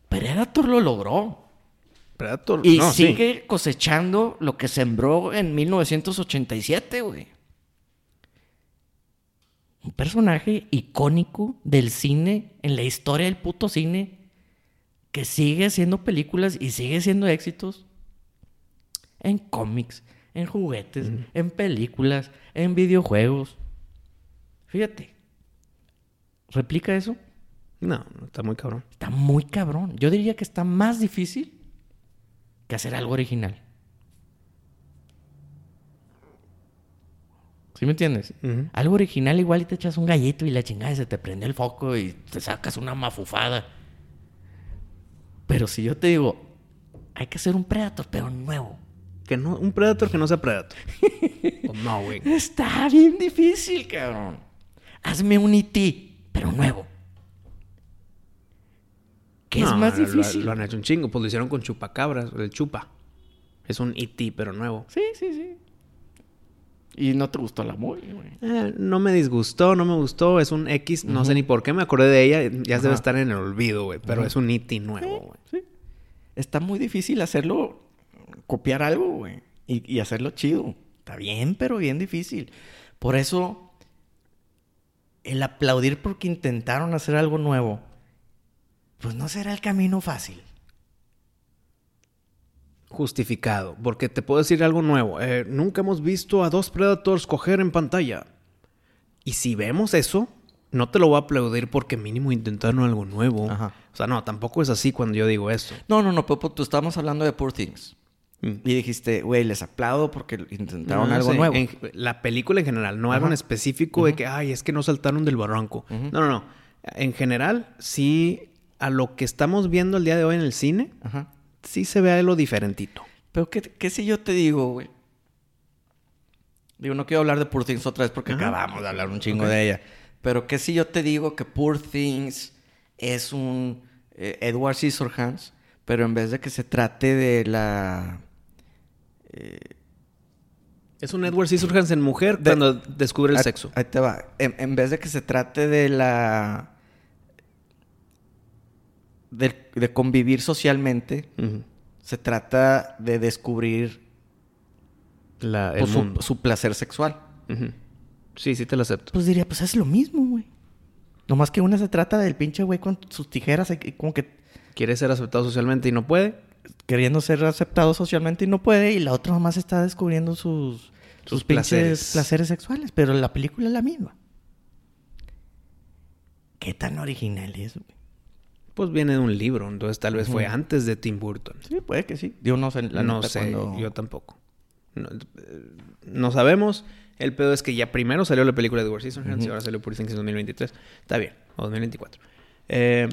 Speaker 1: Predator lo logró.
Speaker 3: Predator.
Speaker 1: Y
Speaker 3: no, sí.
Speaker 1: sigue cosechando lo que sembró en 1987, güey. Un personaje icónico del cine, en la historia del puto cine, que sigue haciendo películas y sigue haciendo éxitos en cómics, en juguetes, en películas, en videojuegos. Fíjate, replica eso.
Speaker 3: No, no, está muy cabrón.
Speaker 1: Está muy cabrón. Yo diría que está más difícil que hacer algo original. ¿Sí me entiendes?
Speaker 3: Ujú.
Speaker 1: Algo original igual y te echas un gallito y la chingada y se te prende el foco y te sacas una mafufada. Pero si yo te digo, hay que hacer un Predator, pero nuevo.
Speaker 3: Que no, un Predator que no sea Predator. Pues no, güey.
Speaker 1: Está bien difícil, cabrón. Hazme un IT, pero nuevo. ¿Qué es
Speaker 3: No,
Speaker 1: más
Speaker 3: lo-
Speaker 1: difícil?
Speaker 3: Lo, han hecho un chingo. Pues lo hicieron con Chupacabras, el Chupa. Es un E.T., pero nuevo.
Speaker 1: Sí, sí, sí. Y no te gustó la movie, güey.
Speaker 3: Eh, no me disgustó, no me gustó. Es un X, no sé ni por qué me acordé de ella. Ya
Speaker 1: Ajá.
Speaker 3: debe estar en el olvido, güey. Pero es un E.T. nuevo, güey.
Speaker 1: Sí. Está muy difícil hacerlo, copiar algo, güey. Y, y hacerlo chido. Está bien, pero bien difícil. Por eso, el aplaudir porque intentaron hacer algo nuevo, pues no será el camino fácil.
Speaker 3: Justificado. Porque te puedo decir algo nuevo. Eh, nunca hemos visto a dos Predators coger en pantalla. Y si vemos eso, no te lo voy a aplaudir porque mínimo intentaron algo nuevo.
Speaker 1: Ajá.
Speaker 3: O sea, no, tampoco es así cuando yo digo eso.
Speaker 1: No, no, no, Popo, tú estábamos hablando de Poor Things.
Speaker 3: Mm.
Speaker 1: Y dijiste, güey, les aplaudo porque intentaron
Speaker 3: No,
Speaker 1: algo
Speaker 3: Ah, sí,
Speaker 1: nuevo.
Speaker 3: en- la película en general, no algo en específico de que, ay, es que no saltaron del barranco. No, no, no. En general, sí, a lo que estamos viendo el día de hoy en el cine,
Speaker 1: Ajá.
Speaker 3: sí se ve lo diferentito.
Speaker 1: Pero ¿qué, qué si yo te digo, güey? Digo, no quiero hablar de Poor Things otra vez porque
Speaker 3: Ajá.
Speaker 1: acabamos de hablar un chingo de ella. Pero ¿qué si yo te digo que Poor Things es un eh, Edward Scissorhands, pero en vez de que se trate de la...
Speaker 3: Es un Edward Scissorhands en mujer
Speaker 1: De-
Speaker 3: cuando descubre el
Speaker 1: Ahí-
Speaker 3: sexo.
Speaker 1: Ahí te va. En, en vez de que se trate de la... De, de convivir socialmente,
Speaker 3: Ujú.
Speaker 1: se trata de descubrir
Speaker 3: La- el
Speaker 1: pues, su-
Speaker 3: mundo.
Speaker 1: su placer sexual.
Speaker 3: Ujú. Sí, sí te lo acepto.
Speaker 1: Pues diría, pues es lo mismo, güey. Nomás que una se trata del pinche güey con sus tijeras, eh, como que
Speaker 3: Quiere ser aceptado socialmente y no puede.
Speaker 1: queriendo ser aceptado socialmente y no puede, y la otra nomás está descubriendo sus, sus,
Speaker 3: Sus
Speaker 1: pinches placeres.
Speaker 3: placeres.
Speaker 1: sexuales, pero la película es la misma. ¿Qué tan original es, güey?
Speaker 3: Pues viene de un libro, entonces tal vez fue
Speaker 1: Ujú.
Speaker 3: antes de Tim Burton.
Speaker 1: Sí, puede que sí. Yo no sé, la
Speaker 3: no
Speaker 1: neta,
Speaker 3: sé,
Speaker 1: Mm, cuando-
Speaker 3: yo tampoco. No, eh, no sabemos. El pedo es que ya primero salió la película de Edward Scissorhands y
Speaker 1: Ujú.
Speaker 3: ahora salió Poor Things en 2023. Está bien, o 2024. Eh,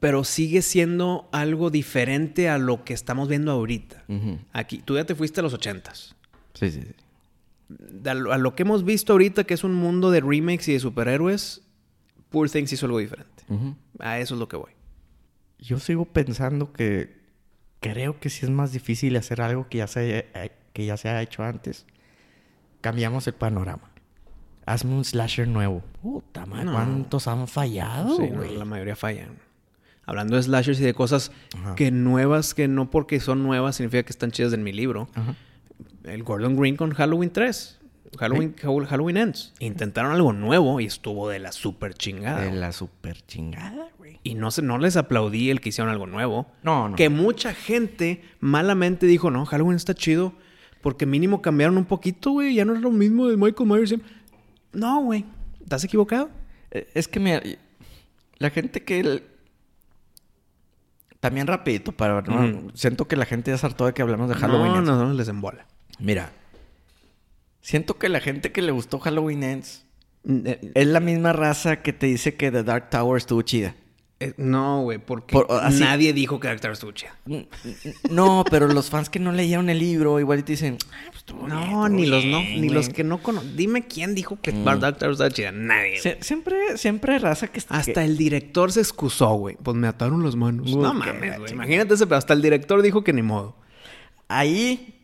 Speaker 3: pero sigue siendo algo diferente a lo que estamos viendo ahorita.
Speaker 1: Ujú.
Speaker 3: Aquí, tú ya te fuiste a los 80s.
Speaker 1: Sí, sí, sí.
Speaker 3: A lo, a lo que hemos visto ahorita, que es un mundo de remakes y de superhéroes, Poor Things hizo algo diferente.
Speaker 1: Ujú.
Speaker 3: A eso es lo que voy.
Speaker 1: Yo sigo pensando que creo que sí es más difícil hacer algo que ya se, eh, que ya se ha hecho antes. Cambiamos el panorama. Hazme un slasher nuevo. Puta madre,
Speaker 3: No.
Speaker 1: ¿cuántos han fallado,
Speaker 3: Sí, no,
Speaker 1: Oh, güey?
Speaker 3: la mayoría fallan. Hablando de slashers y de cosas
Speaker 1: Ajá.
Speaker 3: que nuevas, que no porque son nuevas significa que están chidas en mi libro.
Speaker 1: Ajá.
Speaker 3: El Gordon Green con Halloween 3. Halloween, Hall- Halloween Ends. Intentaron algo nuevo y estuvo de la super chingada.
Speaker 1: De la super chingada, güey.
Speaker 3: Y no, se, no les aplaudí el que hicieron algo nuevo.
Speaker 1: No, no.
Speaker 3: Que mucha gente malamente dijo, no, Halloween está chido. Porque mínimo cambiaron un poquito, güey. Ya no es lo mismo de Michael Myers. No, güey. ¿Estás equivocado?
Speaker 1: Eh, Es que mira, y- la gente que... el- También rapidito, para... no-
Speaker 3: Ujú.
Speaker 1: Siento que la gente ya se hartó de que hablamos de Halloween.
Speaker 3: No,
Speaker 1: Ends.
Speaker 3: no, no, les embola.
Speaker 1: Mira, siento que la gente que le gustó Halloween Ends...
Speaker 3: Mm, eh,
Speaker 1: Es la misma raza que te dice que The Dark Tower estuvo chida.
Speaker 3: Eh, no, güey, porque
Speaker 1: Por- o- así-
Speaker 3: nadie dijo que Dark Star estuvo chida.
Speaker 1: No, pero los fans que no leyeron el libro igual te dicen, "Ah, pues, estuvo bien,
Speaker 3: No,
Speaker 1: estuvo
Speaker 3: ni los
Speaker 1: bien,
Speaker 3: no, ni
Speaker 1: güey". Mm.
Speaker 3: los que no conocen. Dime quién dijo que Dark Star estaba chida. Nadie. güey.
Speaker 1: Sie- siempre, siempre hay raza que
Speaker 3: Hasta
Speaker 1: que-
Speaker 3: el director se excusó, güey. Pues me ataron las manos.
Speaker 1: Uy,
Speaker 3: no
Speaker 1: qué
Speaker 3: mames,
Speaker 1: gacho.
Speaker 3: güey. Imagínate ese, pero hasta el director dijo que ni modo.
Speaker 1: ahí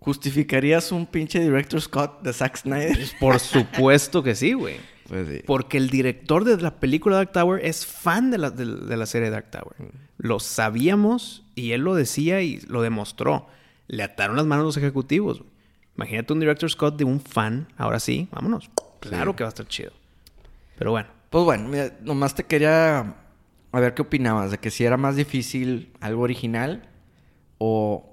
Speaker 1: justificarías un pinche director Scott de Zack Snyder.
Speaker 3: Por supuesto que sí, güey.
Speaker 1: Pues sí.
Speaker 3: Porque el director de la película Dark Tower es fan de la, de- de la serie Dark Tower. Lo sabíamos y él lo decía y lo demostró. Le ataron las manos los ejecutivos. güey. Imagínate un director Scott de un fan. Ahora sí, vámonos. Claro que va a estar chido. Pero bueno,
Speaker 1: Pues bueno, mira, nomás te quería a ver qué opinabas de que si era más difícil algo original o,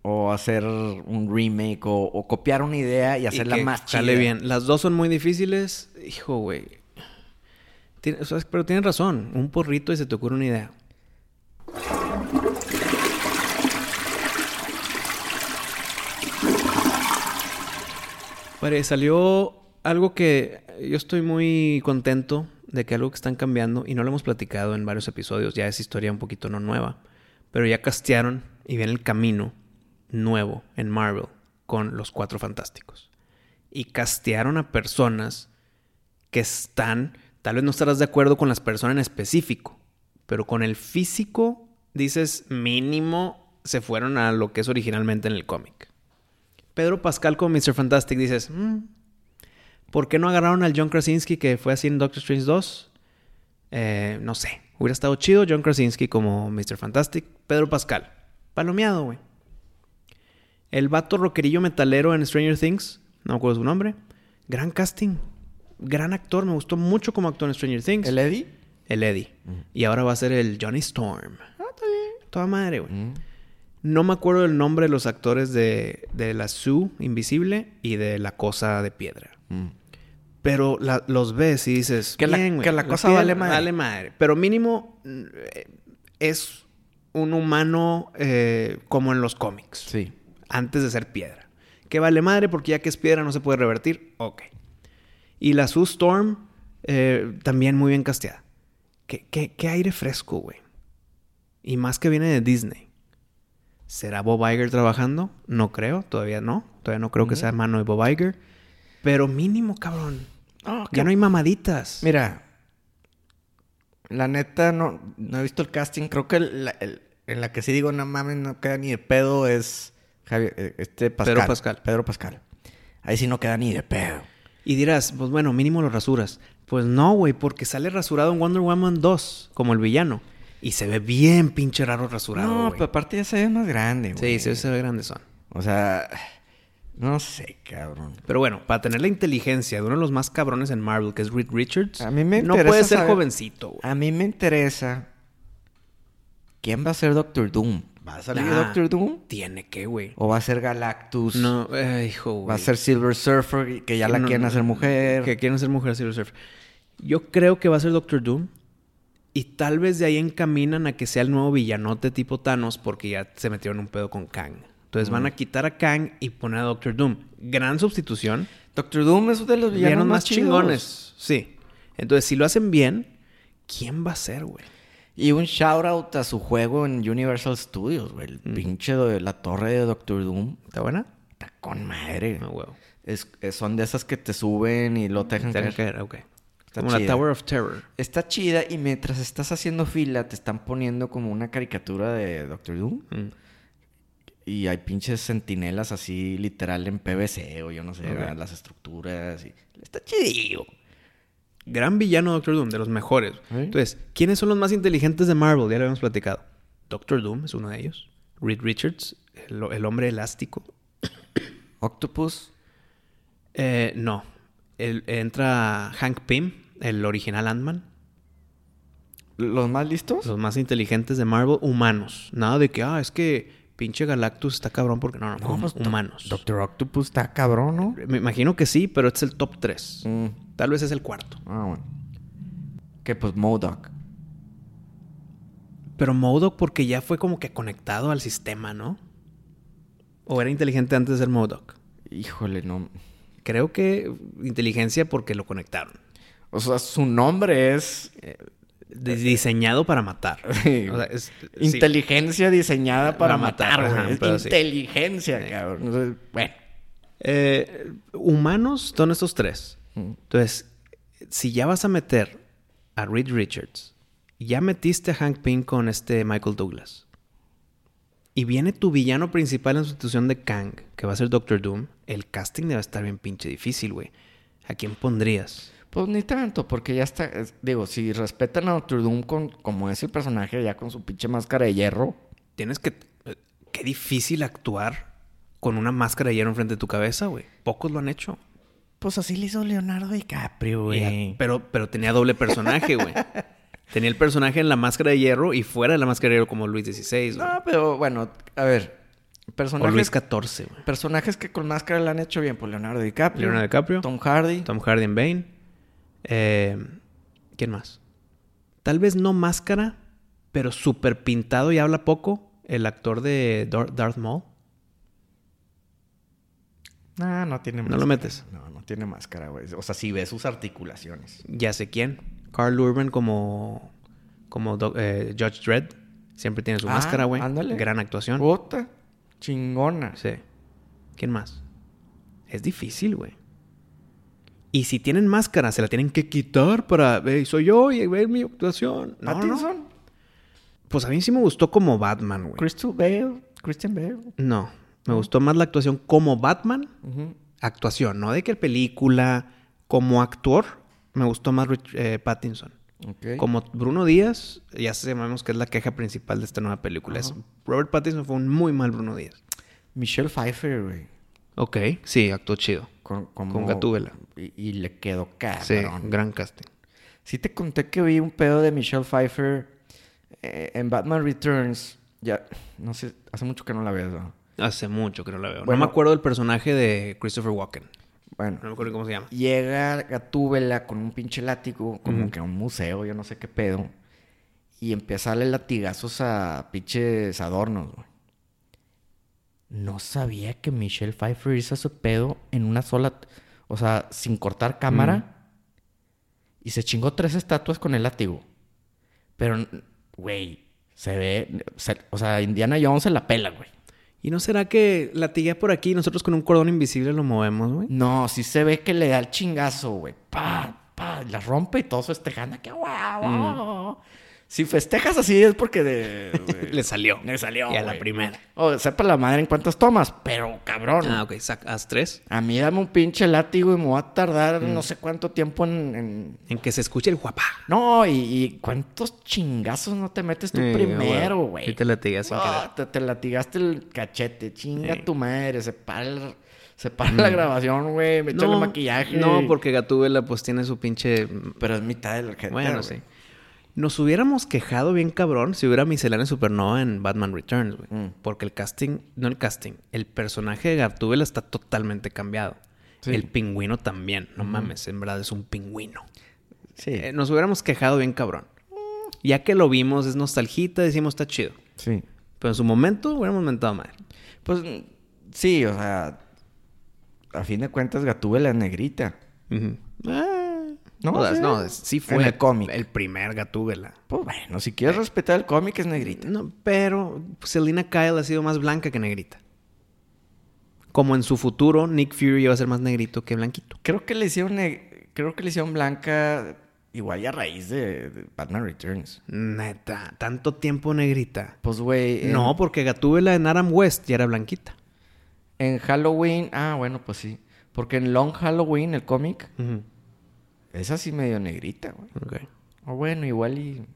Speaker 1: o hacer un remake o, o copiar una idea y hacerla
Speaker 3: que
Speaker 1: más chida.
Speaker 3: jale bien. Las dos son muy difíciles. Hijo, güey. Tiene- o sea, pero tienes razón. Un porrito y se te ocurre una idea. Pare, salió algo que yo estoy muy contento de que algo que están cambiando y no lo hemos platicado en varios episodios, ya es historia un poquito no nueva, pero ya castearon y viene el camino nuevo en Marvel con los Cuatro Fantásticos. Y castearon a personas que están, tal vez no estarás de acuerdo con las personas en específico, pero con el físico dices mínimo se fueron a lo que es originalmente en el cómic. Pedro Pascal con Mr. Fantastic dices, "Mm, ¿por qué no agarraron al John Krasinski que fue así en Doctor Strange 2? Eh, no sé, hubiera estado chido John Krasinski como Mr. Fantastic, Pedro Pascal, palomeado, güey. El vato rockerillo metalero en Stranger Things, no me acuerdo su nombre, gran casting, gran actor, me gustó mucho como actuó en Stranger Things.
Speaker 1: ¿El Eddie?
Speaker 3: El Eddie. Y ahora va a ser el Johnny Storm. Ah, está bien. Toda madre, güey.
Speaker 1: Mm,
Speaker 3: No me acuerdo el nombre de los actores de, de la Sue Invisible y de la Cosa de Piedra.
Speaker 1: mm,
Speaker 3: Pero la- los ves y dices...
Speaker 1: Que la-
Speaker 3: "Bien, güey,
Speaker 1: que la cosa vale madre".
Speaker 3: Vale madre. Pero mínimo mm, eh, es un humano eh, como en los cómics
Speaker 1: Sí.
Speaker 3: antes de ser piedra. Que vale madre porque ya que es piedra no se puede revertir. Ok. Y la Sue Storm eh, también muy bien casteada. ¿Qué, qué, qué aire fresco, güey. Y más que viene de Disney. ¿Será Bob Iger trabajando? No creo, todavía no. Todavía no creo que sea mano de Bob Iger. Pero mínimo, cabrón.
Speaker 1: Oh,
Speaker 3: Ya no hay mamaditas.
Speaker 1: Mira, la neta no, no he visto el casting. Creo que la- el- en la que sí digo, no mames, no queda ni de pedo es Javier, eh, este Pascal.
Speaker 3: Pedro Pascal.
Speaker 1: Pedro Pascal. Ahí sí no queda ni de pedo.
Speaker 3: Y dirás, pues bueno, mínimo lo rasuras. Pues no, güey, porque sale rasurado en Wonder Woman 2, como el villano. Y se ve bien pinche raro rasurado.
Speaker 1: no,
Speaker 3: güey.
Speaker 1: pero aparte ya se ve más grande, güey.
Speaker 3: Sí, sí, se ve grande son.
Speaker 1: O sea, no sé, cabrón.
Speaker 3: Pero bueno, para tener la inteligencia de uno de los más cabrones en Marvel, que es Reed Richards,
Speaker 1: A mí me
Speaker 3: no
Speaker 1: interesa
Speaker 3: puede ser
Speaker 1: saber- Ah,
Speaker 3: jovencito, güey.
Speaker 1: A mí me interesa quién va a ser Doctor Doom. ¿Va a salir
Speaker 3: Ah.
Speaker 1: Doctor Doom?
Speaker 3: Tiene que, güey.
Speaker 1: ¿O va a ser Galactus?
Speaker 3: No, eh, hijo, güey.
Speaker 1: Va a ser Silver Surfer, y que ya la
Speaker 3: No,
Speaker 1: quieren
Speaker 3: no,
Speaker 1: hacer mujer.
Speaker 3: Que quieren ser mujer Silver Surfer. Yo creo que va a ser Doctor Doom. Y tal vez de ahí encaminan a que sea el nuevo villanote tipo Thanos porque ya se metieron un pedo con Kang. Entonces van
Speaker 1: Mm.
Speaker 3: a quitar a Kang y poner a Doctor Doom. Gran sustitución.
Speaker 1: Doctor Doom es uno de los villanos,
Speaker 3: Villanos
Speaker 1: más,
Speaker 3: más
Speaker 1: chidos.
Speaker 3: chingones. Sí. Entonces, si lo hacen bien, ¿quién va a ser, güey?
Speaker 1: Y un shout out a su juego en Universal Studios, güey. El pinche de la torre de Doctor Doom.
Speaker 3: ¿Está buena?
Speaker 1: Está con madre.
Speaker 3: No, huevo.
Speaker 1: Es- es- son de esas que te suben y lo te dejan
Speaker 3: Tengo
Speaker 1: caer.
Speaker 3: que ver, ok.
Speaker 1: Está
Speaker 3: Como la
Speaker 1: chida.
Speaker 3: Tower of Terror.
Speaker 1: Está chida y mientras estás haciendo fila te están poniendo como una caricatura de Doctor Doom. Y hay pinches sentinelas así literal en PVC o yo no sé,
Speaker 3: Ok.
Speaker 1: ¿verdad? las estructuras. Y... Está chidillo.
Speaker 3: Gran villano Doctor Doom, de los mejores.
Speaker 1: Sí.
Speaker 3: Entonces, ¿quiénes son los más inteligentes de Marvel? Ya lo habíamos platicado. Doctor Doom es uno de ellos. Reed Richards, el, el hombre elástico.
Speaker 1: Octopus.
Speaker 3: Eh, no. El- entra Hank Pym, el original Ant-Man.
Speaker 1: ¿Los más listos?
Speaker 3: Los más inteligentes de Marvel, humanos. Nada de que, ah, es que pinche Galactus está cabrón porque no, no,
Speaker 1: No,
Speaker 3: hum-
Speaker 1: pues, doc-
Speaker 3: humanos.
Speaker 1: Doctor Octopus está cabrón, ¿no?
Speaker 3: Me imagino que sí, pero este es el top 3.
Speaker 1: Mm.
Speaker 3: Tal vez es el cuarto.
Speaker 1: Ah, bueno. Que pues Modoc.
Speaker 3: Pero Modoc porque ya fue como que conectado al sistema, ¿no? O era inteligente antes de ser Modoc.
Speaker 1: Híjole, no.
Speaker 3: Creo que inteligencia porque lo conectaron.
Speaker 1: O sea, su nombre es eh,
Speaker 3: De- diseñado para matar. O sea, es- sí.
Speaker 1: inteligencia diseñada para matar.
Speaker 3: matar,
Speaker 1: güey.
Speaker 3: ajá,
Speaker 1: Es
Speaker 3: pero sí.
Speaker 1: inteligencia, cabrón. O sea, Bueno.
Speaker 3: Eh, humanos son estos tres. Entonces, si ya vas a meter a Reed Richards, ya metiste a Hank Pym con este Michael Douglas. Y viene tu villano principal en sustitución de Kang, que va a ser Doctor Doom. El casting debe estar bien pinche difícil, güey. ¿A quién pondrías?
Speaker 1: Pues ni tanto, porque ya está. es- digo, si respetan a Doctor Doom con, como es el personaje, ya con su pinche máscara de hierro.
Speaker 3: Tienes que... eh, Qué difícil actuar con una máscara de hierro enfrente de tu cabeza, güey. Pocos lo han hecho.
Speaker 1: Pues así le hizo Leonardo DiCaprio,
Speaker 3: Y a- Pero, pero tenía doble personaje, güey. tenía el personaje en la máscara de hierro y fuera de la máscara de hierro como Luis XVI, güey.
Speaker 1: No, pero bueno, a ver.
Speaker 3: o
Speaker 1: Personajes,
Speaker 3: Luis XIV, güey.
Speaker 1: personajes que con máscara le han hecho bien, pues Leonardo DiCaprio.
Speaker 3: Leonardo DiCaprio.
Speaker 1: Tom Hardy.
Speaker 3: Tom Hardy en Bane. Eh, ¿Quién más? Tal vez no máscara, pero súper pintado y habla poco. El actor de Dar- Darth Maul.
Speaker 1: No, no tiene
Speaker 3: ¿No lo metes?
Speaker 1: No, no tiene máscara, güey. O sea, si ves sus articulaciones.
Speaker 3: Ya sé quién. Carl Urban como, como Doc- eh, Judge Dredd. Siempre tiene su
Speaker 1: Ah,
Speaker 3: máscara, güey.
Speaker 1: ándale. Oh.
Speaker 3: Gran actuación.
Speaker 1: Puta. Chingona.
Speaker 3: Sí. ¿Quién más? Es difícil, güey. Y si tienen máscara, se la tienen que quitar para... "Ey, soy yo y ver mi actuación. No, no, no.
Speaker 1: Pattinson.
Speaker 3: Pues a mí sí me gustó como Batman, güey.
Speaker 1: Crystal Bale. Christian Bale.
Speaker 3: No. Me gustó más la actuación como Batman.
Speaker 1: Ujú.
Speaker 3: Actuación, no de que película. Como actor, me gustó más Rich- eh, Pattinson.
Speaker 1: Ok.
Speaker 3: Como Bruno Díaz, ya sabemos que es la queja principal de esta nueva película. Es Robert Pattinson fue un muy mal Bruno Díaz.
Speaker 1: Michelle Pfeiffer, güey.
Speaker 3: Ok, sí, actuó chido.
Speaker 1: Con, como-
Speaker 3: Con Gatúbela.
Speaker 1: Y, y le quedó
Speaker 3: Sí,
Speaker 1: cabrón.
Speaker 3: gran casting.
Speaker 1: Sí te conté que vi un pedo de Michelle Pfeiffer eh, en Batman Returns. Ya, no sé, hace mucho que no la veo. ¿no?
Speaker 3: Hace mucho que no la veo.
Speaker 1: Bueno.
Speaker 3: no me acuerdo del personaje de Christopher Walken.
Speaker 1: Bueno,
Speaker 3: No me acuerdo cómo se llama.
Speaker 1: llega Gatúbela con un pinche látigo, como que a un museo, yo no sé qué pedo. Y empieza a darle latigazos a pinches adornos, güey. No sabía que Michelle Pfeiffer hizo ese pedo en una sola... O sea, sin cortar cámara. Y se chingó tres estatuas con el látigo. Pero, güey, se ve... se- o sea, Indiana Jones se la pela, güey.
Speaker 3: ¿Y no será que latiguea por aquí y nosotros con un cordón invisible lo movemos, güey?
Speaker 1: No, sí se ve que le da el chingazo, güey. Pa, pa, la rompe y todos festejan. ¡Qué guau!
Speaker 3: Mm.
Speaker 1: Si festejas así es porque de,
Speaker 3: Le salió.
Speaker 1: le salió.
Speaker 3: Y a la
Speaker 1: güey.
Speaker 3: primera.
Speaker 1: O sepa la madre en cuántas tomas, pero cabrón.
Speaker 3: Ah, ok. sac- Haz tres.
Speaker 1: A mí dame un pinche látigo y me voy a tardar
Speaker 3: Mm.
Speaker 1: no sé cuánto tiempo en. en-
Speaker 3: En que se escuche el guapá.
Speaker 1: No, y, y cuántos chingazos no te metes tú
Speaker 3: Sí,
Speaker 1: primero,
Speaker 3: güey.
Speaker 1: güey.
Speaker 3: Sí te latigueas sin
Speaker 1: Ah, te, te latigaste el cachete. Chinga tu madre. Se para, el- se para la grabación, güey. Me el maquillaje.
Speaker 3: Mm. No, porque Gatúbela pues tiene su pinche...
Speaker 1: Pero es mitad de la gente.
Speaker 3: Bueno,
Speaker 1: güey.
Speaker 3: sí. Nos hubiéramos quejado bien cabrón si hubiera Miscelánea Supernova en Batman Returns, güey.
Speaker 1: Mm.
Speaker 3: Porque el casting, no el casting, el personaje de Gatúbela está totalmente cambiado.
Speaker 1: Sí.
Speaker 3: El pingüino también, no mames, en verdad es un pingüino.
Speaker 1: Sí.
Speaker 3: Eh, nos hubiéramos quejado bien cabrón. Ya que lo vimos, es nostalgita, decimos está chido.
Speaker 1: sí.
Speaker 3: Pero en su momento hubiéramos mentado madre.
Speaker 1: Pues mm, sí, o sea. A fin de cuentas, Gatúbela es negrita.
Speaker 3: Ujú. Ah,
Speaker 1: No,
Speaker 3: no, das-
Speaker 1: sí.
Speaker 3: no, es- sí fue
Speaker 1: En el cómic.
Speaker 3: el primer Gatúbela.
Speaker 1: Pues bueno, si quieres respetar el cómic, es negrita.
Speaker 3: No, pero Selina Kyle ha sido más blanca que negrita. Como en su futuro, Nick Fury va a ser más negrito que blanquito.
Speaker 1: Creo que le hicieron. neg- Creo que le hicieron blanca. Igual y a raíz de, de Batman Returns.
Speaker 3: Neta, tanto tiempo negrita.
Speaker 1: Pues güey. en-
Speaker 3: Eh, No, porque Gatúbela en Adam West ya era blanquita.
Speaker 1: En Halloween. Ah, bueno, pues sí. Porque en Long Halloween, el cómic. Es así medio negrita, güey.
Speaker 3: Ok.
Speaker 1: O bueno, igual y.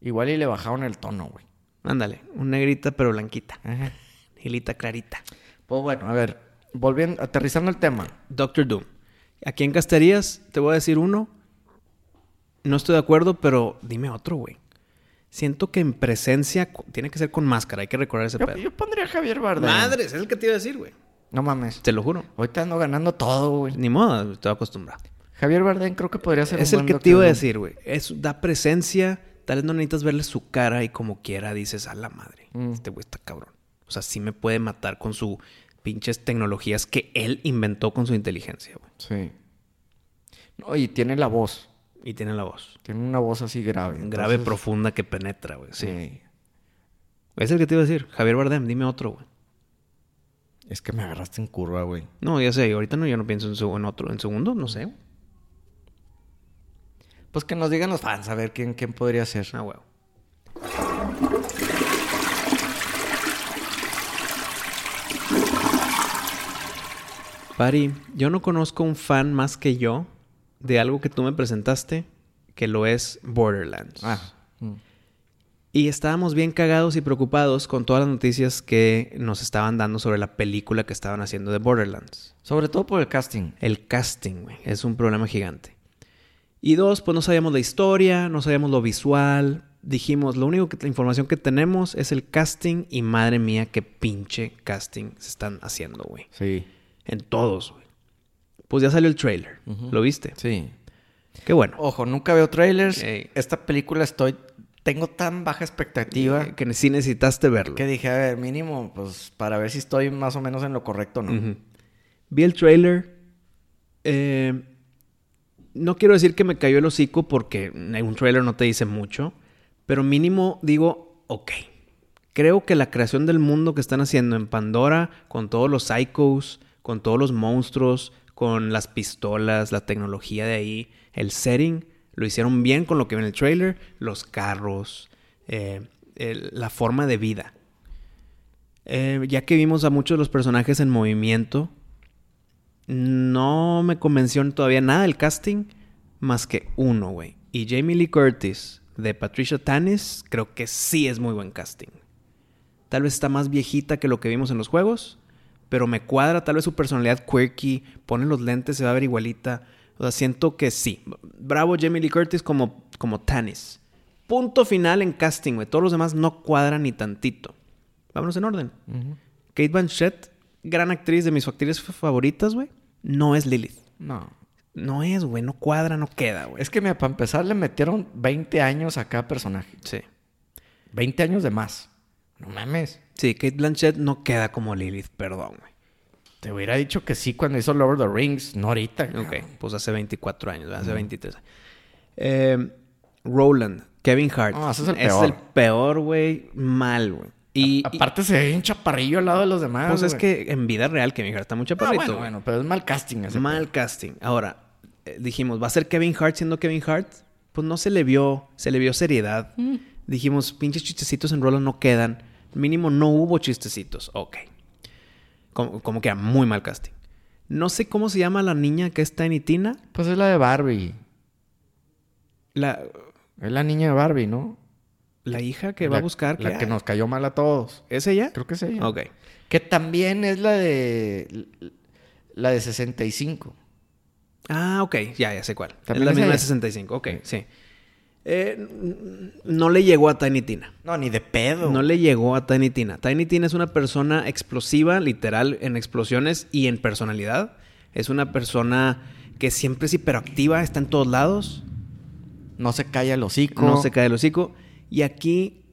Speaker 1: Igual y le bajaron el tono, güey.
Speaker 3: Ándale, un negrita pero blanquita.
Speaker 1: Ajá.
Speaker 3: Hilita clarita.
Speaker 1: Pues bueno, a ver, volviendo, aterrizando el tema.
Speaker 3: Doctor Doom. ¿A quién castarías? Te voy a decir uno. No estoy de acuerdo, pero dime otro, güey. Siento que en presencia cu- tiene que ser con máscara. Hay que recordar ese
Speaker 1: Yo,
Speaker 3: pedo.
Speaker 1: yo pondría a Javier Bardem.
Speaker 3: Madres, es el que te iba a decir, güey.
Speaker 1: No mames.
Speaker 3: Te lo juro.
Speaker 1: Ahorita ando ganando todo, güey.
Speaker 3: Ni modo, estoy acostumbrado.
Speaker 1: Javier Bardem creo que podría ser
Speaker 3: Es
Speaker 1: un
Speaker 3: el
Speaker 1: buen
Speaker 3: que te iba a
Speaker 1: Dr. Doom.
Speaker 3: decir, güey. Es- Da presencia. Tal vez no necesitas verle su cara y como quiera dices, a la madre.
Speaker 1: Mm.
Speaker 3: Este güey está cabrón. O sea, sí me puede matar con sus pinches tecnologías que él inventó con su inteligencia, güey.
Speaker 1: Sí. No, y tiene la voz.
Speaker 3: Y tiene la voz.
Speaker 1: Tiene una voz así grave.
Speaker 3: Grave,
Speaker 1: entonces-
Speaker 3: profunda que penetra, güey. Sí.
Speaker 1: Sí.
Speaker 3: Es el que te iba a decir. Javier Bardem, dime otro, güey.
Speaker 1: Es que me agarraste en curva, güey.
Speaker 3: No, ya sé. Ahorita no, yo no pienso en, su- en otro. En segundo, no sé. güey.
Speaker 1: Pues que nos digan los fans a ver quién, quién podría ser.
Speaker 3: Ah, huevo. Pari, yo no conozco un fan más que yo de algo que tú me presentaste, que lo es Borderlands.
Speaker 1: Ah. mm.
Speaker 3: Y estábamos bien cagados y preocupados con todas las noticias que nos estaban dando sobre la película que estaban haciendo de Borderlands.
Speaker 1: Sobre todo por el casting.
Speaker 3: El casting, güey, es un problema gigante. Y dos, pues no sabíamos la historia, no sabíamos lo visual. Dijimos, lo único que la información que tenemos es el casting y madre mía, qué pinche casting se están haciendo, güey.
Speaker 1: Sí.
Speaker 3: En todos, güey. Pues ya salió el trailer. ¿Lo viste?
Speaker 1: Sí.
Speaker 3: Qué bueno.
Speaker 1: Ojo, nunca veo trailers.
Speaker 3: Ey.
Speaker 1: Esta película estoy... Tengo tan baja expectativa.
Speaker 3: Eh, Que sí necesitaste verlo.
Speaker 1: Que dije, a ver, mínimo, pues para ver si estoy más o menos en lo correcto o no.
Speaker 3: Ujú. Vi el trailer. eh, no quiero decir que me cayó el hocico porque en un trailer no te dice mucho. Pero mínimo digo, ok. Creo que la creación del mundo que están haciendo en Pandora, con todos los psychos, con todos los monstruos, con las pistolas, la tecnología de ahí, el setting, lo hicieron bien con lo que ve en el trailer, los carros, eh, el- la forma de vida. Eh, ya que vimos a muchos de los personajes en movimiento, no me convenció todavía nada el casting, más que uno, güey. Y Jamie Lee Curtis de Patricia Tanis, creo que sí es muy buen casting. Tal vez está más viejita que lo que vimos en los juegos, pero me cuadra tal vez su personalidad quirky, pone los lentes, se va a ver igualita. O sea, siento que sí. Bravo Jamie Lee Curtis como, como Tanis. Punto final en casting, güey. Todos los demás no cuadran ni tantito. Vámonos en orden. Kate Blanchett, gran actriz de mis actrices favoritas, güey. No es Lilith.
Speaker 1: No. pues.
Speaker 3: No es, güey. No cuadra, no queda, güey.
Speaker 1: Es que, mira, para empezar, le metieron 20 años a cada personaje.
Speaker 3: Sí.
Speaker 1: 20 años de más. No mames.
Speaker 3: Sí, Kate Blanchett no queda como Lilith, perdón, güey.
Speaker 1: Te hubiera dicho que sí cuando hizo Lord of the Rings, no ahorita.
Speaker 3: Ok,
Speaker 1: cabrón.
Speaker 3: pues hace 24 años, ¿verdad? hace 23. Eh, Roland, Kevin Hart.
Speaker 1: No, Ah, ese es el
Speaker 3: Es
Speaker 1: peor.
Speaker 3: el peor, güey. Mal, güey. Y, y-
Speaker 1: Aparte se ve un chaparrillo al lado de los demás.
Speaker 3: pues es
Speaker 1: güey.
Speaker 3: que en vida real Kevin Hart está muy
Speaker 1: Ah,
Speaker 3: chaparrito.
Speaker 1: bueno,
Speaker 3: güey.
Speaker 1: bueno, pero es mal casting ese.
Speaker 3: Mal casting. Ahora, eh, dijimos, ¿va a ser Kevin Hart siendo Kevin Hart? Pues no se le vio, se le vio seriedad. Dijimos, pinches chistecitos en Roland no quedan. Mínimo no hubo chistecitos. Ok. Como, como que era muy mal casting. No sé cómo se llama la niña que está en Itina.
Speaker 1: Pues es la de Barbie.
Speaker 3: La,
Speaker 1: Es la niña de Barbie, ¿no?
Speaker 3: la hija que va
Speaker 1: La-
Speaker 3: a buscar.
Speaker 1: La
Speaker 3: ¿qué?
Speaker 1: que nos cayó mal a todos.
Speaker 3: ¿Es ella?
Speaker 1: Creo que es ella.
Speaker 3: Ok.
Speaker 1: Que también es la de. La de 65.
Speaker 3: Ah, ok. Ya, ya sé cuál. Es
Speaker 1: También
Speaker 3: la
Speaker 1: es
Speaker 3: misma de
Speaker 1: ella.
Speaker 3: 65. Ok, sí. Eh, n- no le llegó a Tiny Tina.
Speaker 1: No, ni de pedo.
Speaker 3: No le llegó a Tiny Tina. Tiny Tina es una persona explosiva, literal, en explosiones y en personalidad. Es una persona que siempre es hiperactiva, está en todos lados,
Speaker 1: No se calla el hocico.
Speaker 3: no se cae el hocico. Y aquí